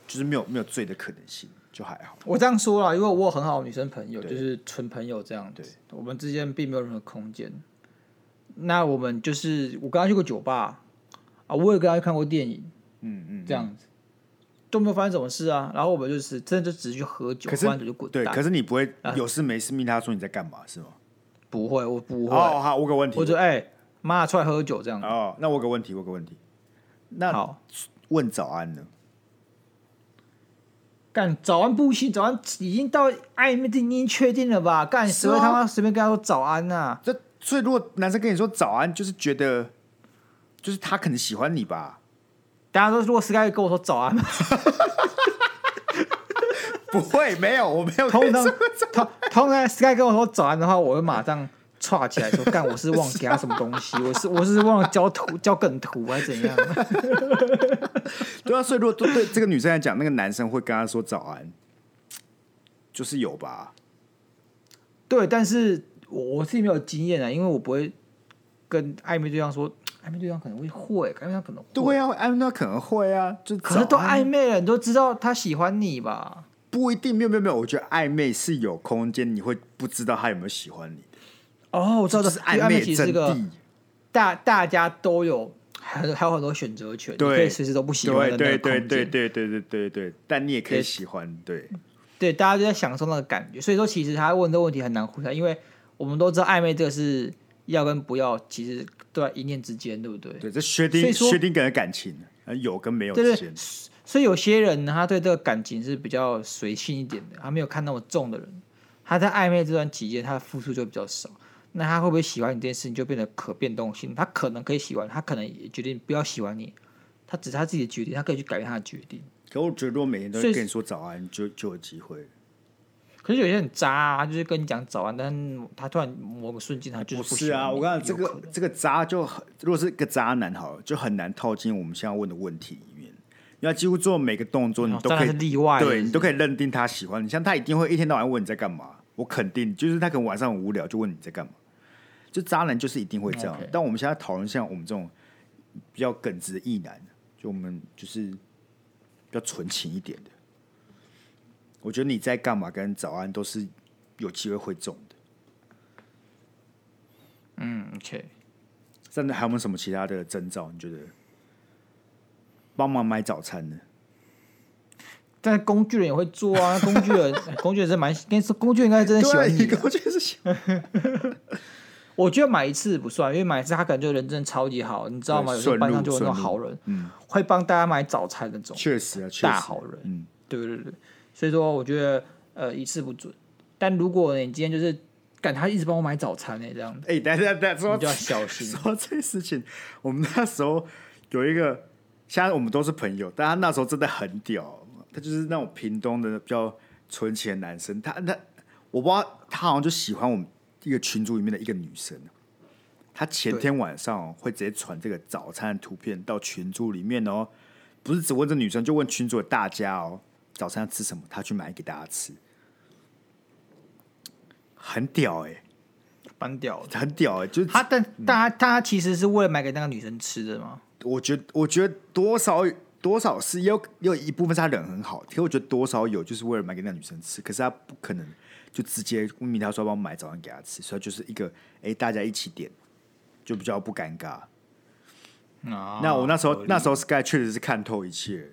S1: 就是没有没有醉的可能性，就还好。
S2: 我这样说啦，因为我有很好的女生朋友，
S1: 对
S2: 就是纯朋友这样子，我们之间并没有任何空间。那我们就是我跟她去过酒吧啊，我也跟她去看过电影，
S1: 嗯嗯，
S2: 这样子。都没有发生什么事啊。然后我们就是真的就只是去喝酒，
S1: 可
S2: 喝完酒
S1: 是
S2: 就滚
S1: 对，
S2: 蛋。
S1: 可是你不会
S2: 啊
S1: 有事没事命他说你在干嘛是吗？
S2: 不会，我不会，
S1: 哦，好，我有个问题
S2: 我，就哎妈出来喝酒这样。
S1: 哦，那我有个问题，我有个问题，那
S2: 好，
S1: 问早安呢？
S2: 干早安不行，早安已经到暧昧已经确定了吧？干
S1: 是
S2: 谁
S1: 啊
S2: 会他妈随便跟他说早安啊呐、
S1: 这所以如果男生跟你说早安，就是觉得就是他可能喜欢你
S2: [laughs]
S1: 吧？
S2: 大家都如果 Sky 跟我说早安，
S1: [laughs] 不会，没有，我没有
S2: 通
S1: 跟
S2: [laughs] 常
S1: 你说
S2: 通通常 Sky 跟我说早安的话，我会马上岔起来说，干我是忘了给他什么东西， [laughs] 我是我是忘了交图交梗图还是怎样？ [laughs]
S1: [laughs] 对啊，所以如果对对这个女生来讲，那个男生会跟她说早安，就是有吧？
S2: 对，但是我我自己没有经验啊，因为我不会跟暧昧对象说，暧昧对象可能会会，暧昧对象可能会，
S1: 对啊，安那可能会啊，就
S2: 可是
S1: 早
S2: 都
S1: 安
S2: 暧昧了，你都知道他喜欢你吧？
S1: 不一定，没有没有没有，我觉得暧昧是有空间，你会不知道他有没有喜欢你，
S2: 哦，我知道
S1: 这
S2: 的
S1: 是
S2: 因为
S1: 暧
S2: 昧
S1: 昧
S2: 其
S1: 的
S2: 实
S1: 真
S2: 是个
S1: 谛。
S2: 大大家都有，还有还有很多选择权，你可以
S1: 对
S2: 随时都不喜欢
S1: 对
S2: 的
S1: 对
S2: 那
S1: 对
S2: 个空
S1: 对
S2: 间。
S1: 对对对对对，但你也可以
S2: 对嗯
S1: 喜欢，对
S2: 对，大家就在享受那个感觉。所以说，其实他问的问题很难回答，因为我们都知道暧昧这个是要跟不要，其实都在一念之间，对不对？
S1: 对，这薛
S2: 所
S1: 丁
S2: 以说
S1: 薛丁格的感情，呃有跟没有
S2: 对
S1: 之
S2: 对
S1: 间，，
S2: 所以有些人呢，他对这个感情是比较随性一点的，他没有看那么重的人，他在暧昧这段期间，他的付出就比较少。那他会不会喜欢你这件事情就变得可变动性？他可能可以喜欢，他可能也决定不要喜欢你，他只是他自己的决定，他可以去改变他的决定。
S1: 可我觉得如果每天都
S2: 所以
S1: 跟你说早安，就就有机会。
S2: 可是有些人渣啊，他就是跟你讲早安，但是他突然某个瞬间他就是
S1: 不
S2: 喜
S1: 是
S2: 欢
S1: 啊，
S2: 你
S1: 我刚才这
S2: 有可
S1: 个
S2: 能
S1: 这个渣就很，如果是个渣男好了，就很难套进我们现在问的问题里面。你要几乎做每个动作，你
S2: 哦
S1: 嗯都
S2: 渣
S1: 可
S2: 男
S1: 以
S2: 是例外，
S1: 对你都
S2: 以。
S1: 可以认定他喜欢你。像他一定会一天到晚问你在干嘛，我肯定就是他可能晚上很无聊就问你在干嘛。就渣男就是一定会这样
S2: OK。
S1: 但我们现在讨论像我们这种比较耿直的异男，就我们就是比较纯情一点的。我觉得你在干嘛跟早安都是有机会会中的。
S2: 嗯，OK，
S1: 甚至还有没有什么其他的征兆？你觉得帮忙买早餐呢？
S2: 但是工具人也会做啊，工
S1: [laughs]
S2: 具人工具人是蛮，跟你说工具人应该真的喜欢你
S1: 一个，
S2: 的
S1: 啊我觉得是喜欢，
S2: 我觉得买一次不算，因为买一次他可能就人真的超级好，你知道吗？
S1: 对
S2: 有时候班上就有那种
S1: 顺路
S2: 好人，
S1: 嗯，
S2: 会帮大家买早餐那种，
S1: 确实啊，确实
S2: 大好人
S1: 嗯，
S2: 对对对。所以说，我觉得呃一次不准，但如果你今天就是赶他一直帮我买早餐呢、这样子，
S1: 哎、等一下等一下
S2: 你就
S1: 说
S2: 要小心。
S1: [laughs] 说这个事情，我们那时候有一个，现在我们都是朋友，但他那时候真的很屌，他就是那种屏东的比较纯情的男生，他他我不知道他好像就喜欢我们一个群组里面的一个女生，他前天晚上会直接传这个早餐的图片到群组里面哦，不是只问这女生，就问群组的大家哦，早餐要吃什么，他去买给大家吃，很屌哎、
S2: 蛮屌的。
S1: 很屌哎、就是
S2: 他但但他他其实是为了买给那个女生吃的嘛？
S1: 我觉得，我觉得多少多少是也有也有一部分是他人很好，可我觉得多少有就是为了买给那女生吃，可是他不可能就直接问他说帮我买早餐给他吃，所以就是一个哎、大家一起点，就比较不尴尬。
S2: 啊
S1: 那我那时候那时候 Sky 确实是看透一切，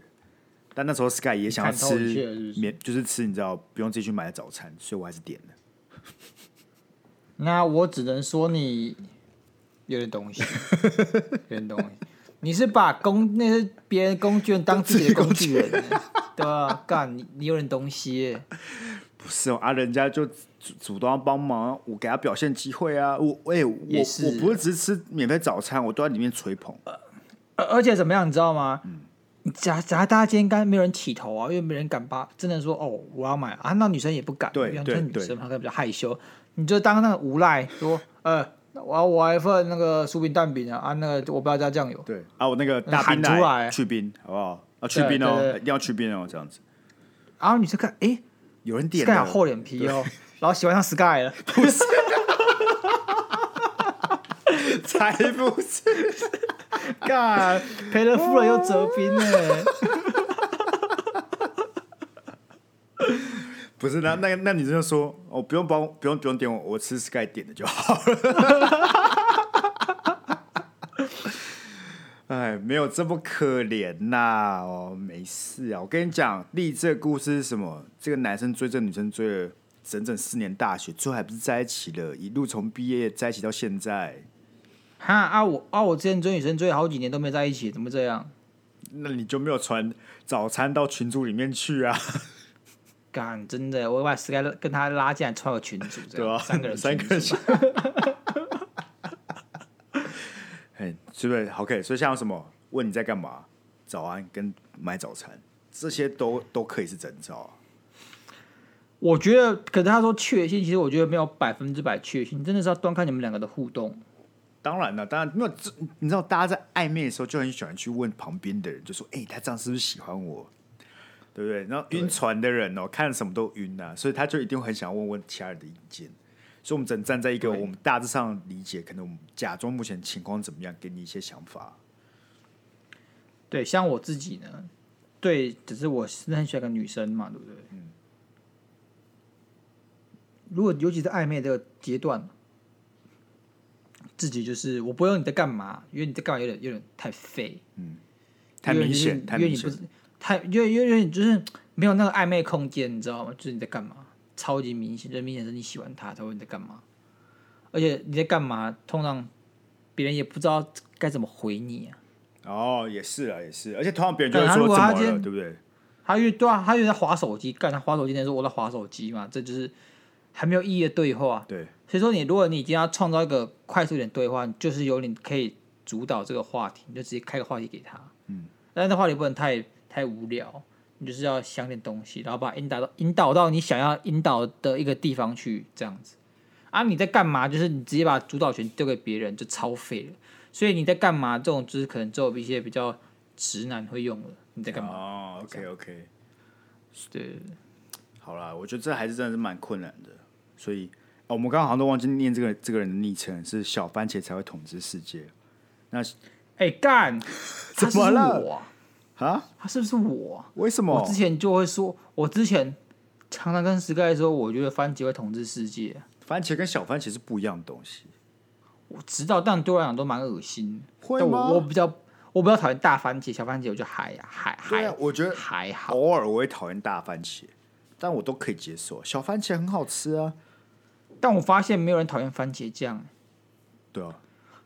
S1: 但那时候 Sky 也想要
S2: 看透一切是不
S1: 吃
S2: 是
S1: 免就是吃你知道不用自己去买的早餐，所以我还是点了。
S2: 那我只能说你有点东西， [laughs] 有点东西。你是把工那是别人工具人当自己的工具
S1: [laughs]
S2: 人欸、对啊，干你你有点东西欸、
S1: 不是哦啊，人家就主主动要帮忙，我给他表现机会啊。我哎、我
S2: 也是
S1: 我不是只是吃免费早餐，我都在里面吹捧。
S2: 而而且怎么样，你知道吗？你假假如大家今天应该没有人起头啊，因为没人敢把真的说哦我要买啊，那女生也不敢，
S1: 对
S2: 因为她
S1: 对
S2: 是女
S1: 对
S2: 生嘛她可能比较害羞，你就当那个无赖说
S1: 嗯
S2: 呃我要我要一份那个酥饼蛋饼啊啊那个我不要加酱油，
S1: 对啊，我那个大兵
S2: 喊出来
S1: 去冰好不好？啊，去冰
S2: 对对
S1: 哦，
S2: 对
S1: 一定要去冰哦，这样子。
S2: 然后女生看诶
S1: 有人点
S2: Sky 好
S1: 了，
S2: 厚脸皮哦，然后喜欢上 Sky 了。
S1: [laughs] 才不是。
S2: 干，赔了夫人又折兵呢、
S1: 不是，那那那女生就说，哦，不用帮我，不用不用点我，我吃 [laughs] Sky 点的就好了。哎，没有这么可怜呐、哦，没事啊。我跟你讲，励志的故事是什么？这个男生追这个女生追了整整四年大学，最后还不是在一起了，一路从毕业在一起到现在。
S2: [laughs] 哈啊我啊我之前追女生追了好几年都没在一起，怎么这样？
S1: 那你就没有传早餐到群组里面去啊？
S2: 干，真的，我把 Sky 拉跟他拉进来，穿个群主这
S1: 对
S2: 样，
S1: 吧、
S2: 啊三个人
S1: 三
S2: 群
S1: 个人
S2: [laughs] 组吧。
S1: 哎，是不是？OK，所以像什么问你在干嘛，早安跟买早餐，这些都都可以是征兆啊。
S2: 我觉得，可是他说确信，其实我觉得没有百分之百确信，真的是要端看你们两个的互动。
S1: 当然了，当然没有这，你知道大家在暧昧的时候就很喜欢去问旁边的人，就说：“哎、他这样是不是喜欢我？”对不对？然后晕船的人哦，看什么都晕啊，所以他就一定会很想问问其他人的意见。所以，我们只能站在一个
S2: 对
S1: 我们大致上理解，可能我们假装目前情况怎么样，给你一些想法。
S2: 对，像我自己呢，对，只是我是很喜欢一个女生嘛，对不对？如果尤其是暧昧的阶段，自己就是我不用你在干嘛，因为你在干嘛有点有点太废，
S1: 太
S2: 因为
S1: 明
S2: 就是
S1: 显，太
S2: 因为
S1: 明
S2: 你不
S1: 显
S2: 是。太，因为因为你就是没有那个暧昧空间，你知道吗？就是你在干嘛，超级明显，就是明显是你喜欢他，才会你在干嘛，而且你在干嘛，通常别人也不知道该怎么回你啊。
S1: 哦，也是啊，也是，而且通常别人就会
S2: 对啊
S1: 说
S2: 如
S1: 怎
S2: 果他
S1: 么
S2: 今
S1: 了，
S2: 天
S1: 对不对？
S2: 他越对啊，他越在划手机，干他划手机那时候我在划手机嘛，这就是还没有意义的对话。
S1: 对，
S2: 所以说你如果你今天要创造一个快速一点对话，你就是有你可以主导这个话题，你就直接开个话题给他。嗯，但是那话题不能太太无聊，你就是要想点东西，然后把它引导到引导到你想要引导的一个地方去，这样子。啊，你在干嘛？就是你直接把主导权丢给别人，就超废了。所以你在干嘛？这种就是可能只有一些比较直男会用的。你在干嘛？
S1: 哦，OK OK，
S2: 对。
S1: 好啦，我觉得这还是真的是蛮困难的，所以、哦、我们刚刚好像都忘记念这个这个人的昵称是小番茄才会统治世界
S2: 哎、
S1: [laughs]
S2: 干，他是不
S1: 么
S2: 是
S1: 了
S2: 我啊？
S1: 啊？
S2: 他是不是我啊？
S1: 为什
S2: 我
S1: 么
S2: 之？前就会说，我之前常常跟 Sky 说，我觉得番茄会统治世界。
S1: 番茄跟小番茄是不一样的东西，
S2: 我知道，但对我来讲都蛮恶心的。
S1: 会
S2: 但
S1: 吗
S2: 我我比较，我比较讨厌大番茄，小番茄我就还还
S1: 对
S2: 还、
S1: 啊，我觉得
S2: 还好。
S1: 偶尔我会讨厌大番茄，但我都可以接受，小番茄很好吃啊。
S2: 但我发现没有人讨厌番茄酱。
S1: 对啊，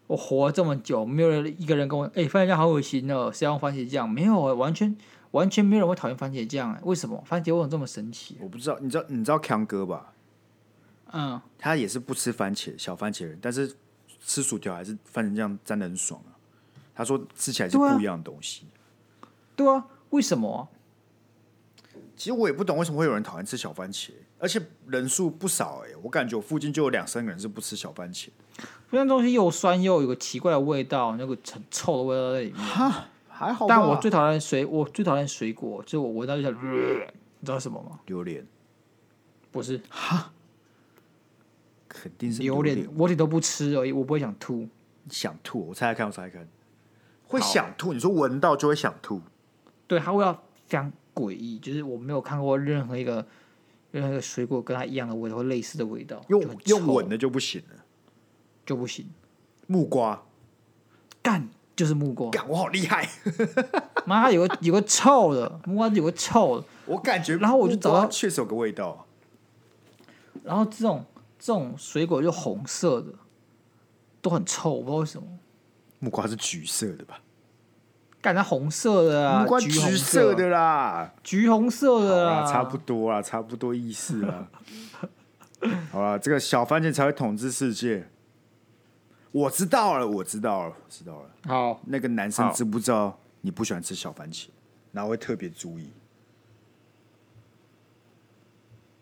S2: 我活了这么久，没有人一个人跟我，哎、番茄酱好恶心哦，谁要用番茄酱？没有啊，完全完全没有人会讨厌番茄酱、哎，为什么？番茄为什么这么神奇？啊
S1: 我不知道，你知道你知道强哥吧？
S2: 嗯，
S1: 他也是不吃番茄，小番茄人，但是吃薯条还是番茄酱沾的很爽啊。他说吃起来是
S2: 对啊
S1: 不一样的东西。
S2: 对啊，为什么啊？
S1: 其实我也不懂为什么会有人讨厌吃小番茄，而且人数不少哎、我感觉我附近就有两三个人是不吃小番茄。
S2: 那东西又酸又有个奇怪的味道，那个很臭的味道在里面。
S1: 哈，还好吧。啊
S2: 但我最讨厌水，我最讨厌水果，就我闻到就想，呃你知道什么吗？
S1: 榴莲
S2: 不是
S1: 肯定是
S2: 榴
S1: 莲，
S2: 莲，我也都不吃而已，我不会想吐。
S1: 想吐。我猜猜看，我猜猜看，会
S2: 好
S1: 想吐。你说闻到就会想吐，
S2: 对，它味道非常诡异，就是我没有看过任何一个任何一个水果跟它一样的味道或类似的味道，就
S1: 用
S2: 很
S1: 用
S2: 臭
S1: 闻的就不行了。
S2: 就不行。
S1: 木瓜，
S2: 干就是木瓜，
S1: 感我好厉
S2: [laughs]
S1: 害，
S2: 妈它有个有个臭的木瓜，有个臭的。
S1: 我感觉。
S2: 然后我就找到
S1: 确实有个味道，
S2: 然后这种这种水果就红色的，都很臭，我不知道为什么。
S1: 木瓜是橘色的吧？
S2: 干它红色的啊，
S1: 木瓜
S2: 橘红
S1: 橘色的，啦，
S2: 橘红色
S1: 好
S2: 的
S1: 啦
S2: 啊，
S1: 差不多啦，差不多意思
S2: [laughs]
S1: 啦。好啦，这个小番茄才会统治世界。我知道了，我知道了，知道了。
S2: 好。
S1: 那个男生
S2: 好
S1: 知不知道你不喜欢吃小番茄，然后会特别注意，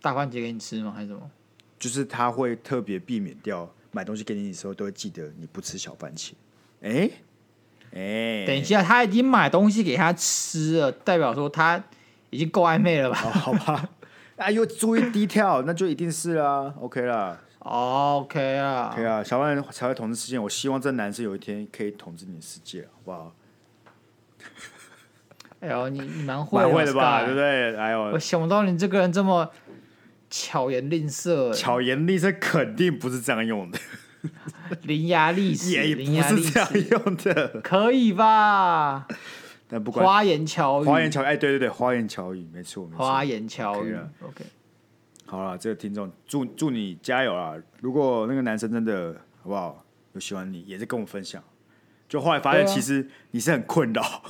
S2: 大番茄给你吃吗？还是什么？
S1: 就是他会特别避免掉买东西给你的时候，都会记得你不吃小番茄。哎、哎、
S2: 等一下，他已经买东西给他吃了，代表说他已经够暧昧
S1: [laughs]
S2: 了吧、
S1: 哦，好吧，啊，又注意 detail，那就一定是啦，OK 啦。
S2: o k 啊
S1: 可以哦啊，小万才会统治世界。我希望这男生有一天可以统治你的世界，好不好？
S2: 哎呦，你你蛮会
S1: 蛮会的吧，
S2: Sky
S1: 对不对？哎
S2: 我
S1: 呦，
S2: 想不到你这个人这么巧言令色， [laughs]
S1: 巧言令色肯定不是这样用的。
S2: 伶牙俐齿，
S1: 也
S2: 伶
S1: 不
S2: 牙
S1: 是
S2: 俐
S1: 这样
S2: 齿，
S1: 用的。 [laughs]
S2: 可以吧？
S1: 但不管
S2: 花言巧语，
S1: 花言巧语，哎，对对对，花言巧语，没错没错。
S2: 花言巧语
S1: OK 啊了
S2: ，OK，
S1: 好了，这个听众祝祝你加油啦！如果那个男生真的好不好有喜欢你，也是跟我分享。就后来发现，
S2: 对啊
S1: 其实你是很困扰， [laughs]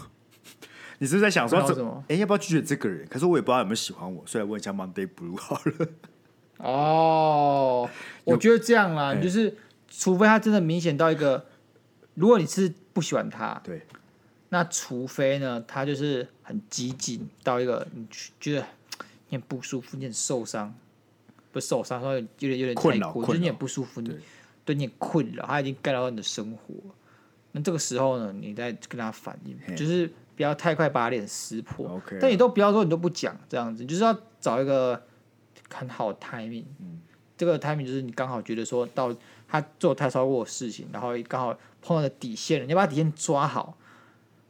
S1: 你是不是在想说
S2: 困扰
S1: 怎
S2: 什么？
S1: 哎、要不要拒绝这个人？可是我也不知道有没有喜欢我，所以问一下 Monday Blue 好了。
S2: 哦，我觉得这样啦，
S1: 哎
S2: 你就是除非他真的明显到一个，如果你是不喜欢他，
S1: 对，
S2: 那除非呢，他就是很激进到一个你去觉得你很不舒服，你很受伤，不是受伤，说有点有点
S1: 困扰
S2: 太过，
S1: 困
S2: 就是你
S1: 扰
S2: 很不舒服，你
S1: 对
S2: 对你很困扰，他已经干扰到你的生活。那这个时候呢，你再跟他反
S1: 嘿
S2: 映，就是不要太快把脸撕破。
S1: OK 啊
S2: 但你都不要说你都不讲这样子，你就是要找一个很好的 timing。
S1: 嗯
S2: 这个 timing 就是你刚好觉得说到他做太超过的事情，然后刚好碰到的底线了，你要把底线抓好，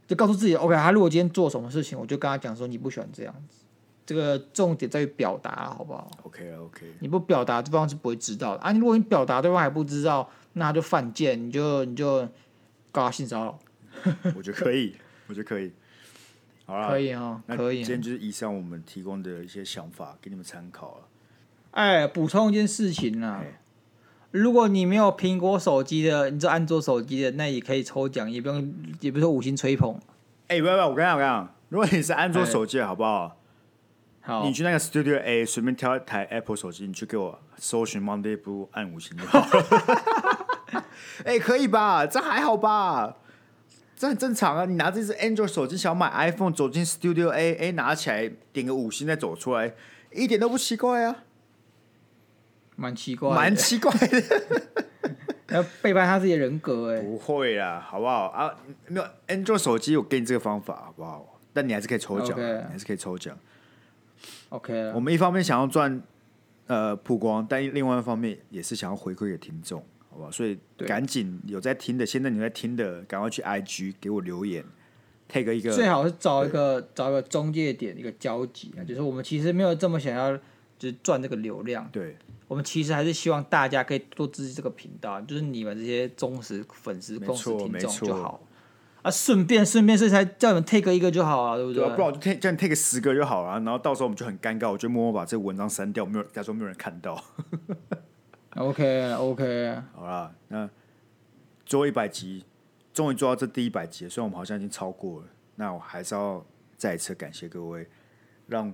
S2: 就告诉自己，OK，他如果今天做什么事情，我就跟他讲说你不喜欢这样子。这个重点在于表达，好不好？
S1: OK 了 OK，
S2: 你不表达，对方是不会知道的啊。你如果你表达，对方还不知道，那他就犯贱，你就你就告他性骚扰，
S1: 我觉得可以，我觉得可以。好了，
S2: 可以哦，
S1: 啊那
S2: 可以
S1: 今
S2: 哦
S1: 天。就是以上我们提供的一些想法给你们参考了。
S2: 哎，补充一件事情啦、
S1: 哎
S2: 如果你没有苹果手机的，你这安卓手机的，那也可以抽奖，也不用，也不是说五星吹捧。
S1: 哎、不要不要，我跟你讲，我跟你讲，如果你是安卓
S2: 哎哦
S1: 手机，好不好？
S2: 好
S1: 你，去那个 Studio A 随便挑一台 Apple 手机，你去给我搜寻 Monday Blue 按五星就好了。 [laughs] 哎、可以吧？这还好吧？这很正常啊！你拿这只 Android 手机想买 iPhone，走进 Studio A，哎、拿起来点个五星再走出来，一点都不奇怪啊，
S2: 蛮奇怪的，
S1: 蛮奇怪的。
S2: 要背叛 [laughs] 他自己的人格哎、
S1: 不会啦，好不好啊？没有 Android 手机，我给你这个方法，好不好？但你还是可以抽奖
S2: OK
S1: 你还是可以抽奖。
S2: OK 了
S1: 我们一方面想要赚呃曝光，但另外一方面也是想要回馈给听众，好不好？所以
S2: 对
S1: 赶紧有在听的，现在你在听的，赶快去 IG 给我留言，take 一
S2: 最
S1: 个
S2: 好是找一个找一个中介点，一个交集啊，就是我们其实没有这么想要就是赚这个流量，
S1: 对
S2: 我们其实还是希望大家可以多支持这个频道，就是你们这些忠实粉丝、
S1: 没
S2: 忠实
S1: 错
S2: 听
S1: 没
S2: 众
S1: 错
S2: 就好。啊，顺便顺便，所以才叫你们 take 一个就好啊，对不
S1: 对啊，不然我就 take 叫你 take 十个就好了，然后到时候我们就很尴尬，我就默默把这个文章删掉，没有假装没有人看到，
S2: OK OK，
S1: 好啦，那做一百集，终于做到这第一百集了，虽然我们好像已经超过了，那我还是要再一次感谢各位，让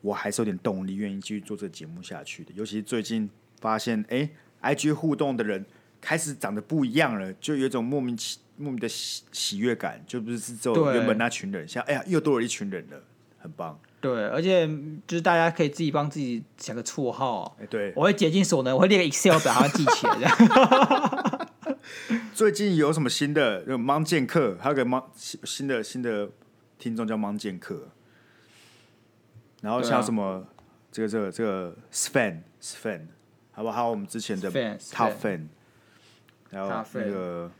S1: 我还是有点动力，愿意继续做这个节目下去的。尤其是最近发现，哎、i g 互动的人开始长得不一样了，就有一种莫名其莫名的喜喜悦感，就不是只有
S2: 对
S1: 原本那群人，像哎呀，又多了一群人了，很棒。
S2: 对，而且就是大家可以自己帮自己想个绰号啊、
S1: 哎、对，
S2: 我会竭尽所能，我会列个 Excel 表，把它记起来。这样 [laughs]
S1: 最近有什么新的？有盲剑客，还有个盲新新的新的听众叫盲剑客。然后
S2: 对啊
S1: 像什么、这个这个这个 Sven Sven，好不好？还有我们之前的
S2: Sven，
S1: Top
S2: Sven
S1: Fan，还有
S2: Top
S1: 那
S2: Fan
S1: 个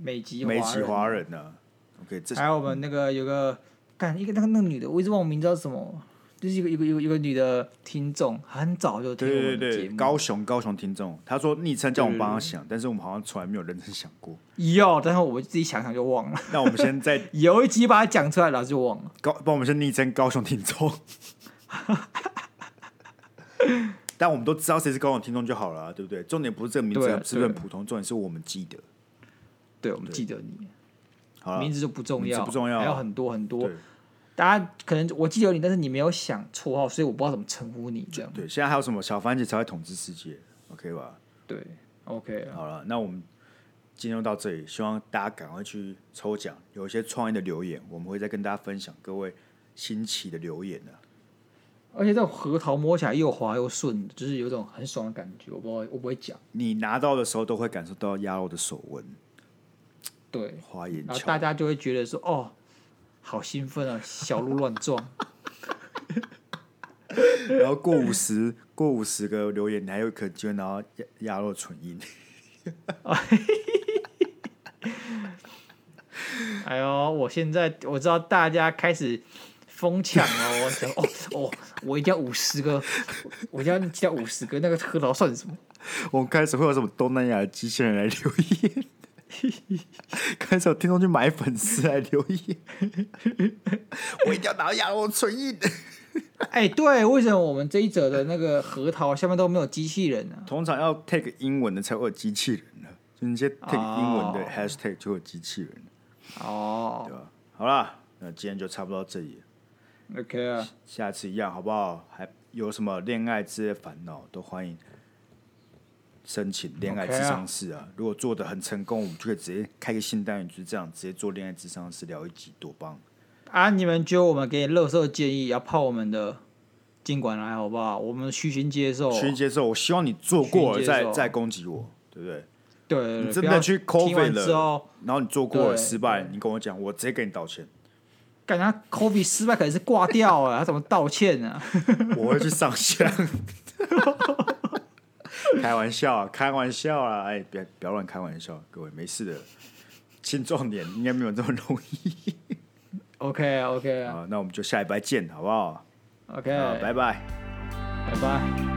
S2: 美籍
S1: 美籍
S2: 华
S1: 华
S2: 人，
S1: 人呢、OK，这
S2: 还有我们那个有个干一个那个那个女的，我一直忘我名字叫什么，就是一个一个一个一个女的听众，很早就听我
S1: 对对
S2: 们的
S1: 对
S2: 节
S1: 对，
S2: 目。
S1: 高雄高雄听众，他说昵称叫我们
S2: 对对
S1: 帮他想，但是我们好像从来没有认真想过。
S2: 有，但是我自己想想就忘了。
S1: 那我们先在
S2: 有一集把它讲出来，然后就忘了。
S1: 高，帮我们先昵称高雄听众。 [laughs] 但我们都知道谁是高雄听众就好了啊、对不对？重点不是这个名字
S2: 对啊
S1: 是不是很
S2: 对
S1: 普通，重点是我们记得。
S2: 对，我们记得你
S1: 好了
S2: 名字就不重
S1: 名
S2: 要，
S1: 字不重要啊
S2: 还有很多很多
S1: 对。
S2: 大家可能我记得有你，但是你没有想绰号，所以我不知道怎么称呼你这样。
S1: 对，现在还有什么小番茄才会统治世界？OK 吧？
S2: 对，OK，啊
S1: 好了，那我们今天就到这里，希望大家赶快去抽奖，有一些创意的留言，我们会再跟大家分享各位新奇的留言的、啊
S2: 而且这种核桃摸起来又滑又顺，就是有一种很爽的感觉。我不会，我不会讲。
S1: 你拿到的时候都会感受到鸭肉的手温，
S2: 对，
S1: 花言
S2: 然后
S1: 巧
S2: 啊大
S1: 语。
S2: 家就会觉得说，哦，好兴奋啊，小鹿乱撞。 [laughs]
S1: 然后过五十，过五十个留言，你还有可能机会拿到鸭鸭肉唇印。
S2: 哎呦，我现在我知道大家开始疯抢哦！我想，哦哦，我一定要五十个，我一定要加五十个，那个核桃算什么？
S1: [laughs] 我们开始会有什么东南亚的机器人来留言， [laughs] 开始有听众去买粉丝来留言，我一定要拿亚龙唇印。
S2: 哎，对，为什么我们这一则的那个核桃下面都没有机器人呢、
S1: 通常要 take 英文的才会有机器人呢，就你先 take
S2: 哦
S1: 英文的 hashtag 就会有机器人，
S2: 哦
S1: 对吧？好啦，那今天就差不多到这里了，
S2: ，OK 啊，
S1: 下次一样好不好？还有什么恋爱之类的烦恼都欢迎申请恋爱
S2: OK 啊
S1: 智商室啊。如果做的很成功，我们就可以直接开个新单元，就是这样直接做恋爱智商室聊一集，多棒！
S2: 啊，你们觉得我们给乐色建议，要泡我们的尽管来好不好？我们虚心接受，
S1: 虚心接受，我希望你做过了
S2: 虚哦心接受
S1: 再再攻击我，对不对？
S2: 对对，对
S1: 你真
S2: 不
S1: 的
S2: 要
S1: 去
S2: 听完
S1: COVID 了
S2: 之后，
S1: 然后你做过了
S2: 对
S1: 失败，你跟我讲，我直接给你道歉， [laughs]
S2: 感觉 Kobe 失败可能是挂掉啊，他怎么道歉呢、啊？
S1: 我会去上香。 [laughs] 开玩笑啊，开玩笑啊！哎，别不要乱开玩笑，各位没事的。 [laughs] 青壮年应该没有这么容易 [laughs]
S2: OK OK
S1: 啊。那我们就下礼拜见，好不好？
S2: OK，
S1: 啊，拜拜。
S2: 拜拜。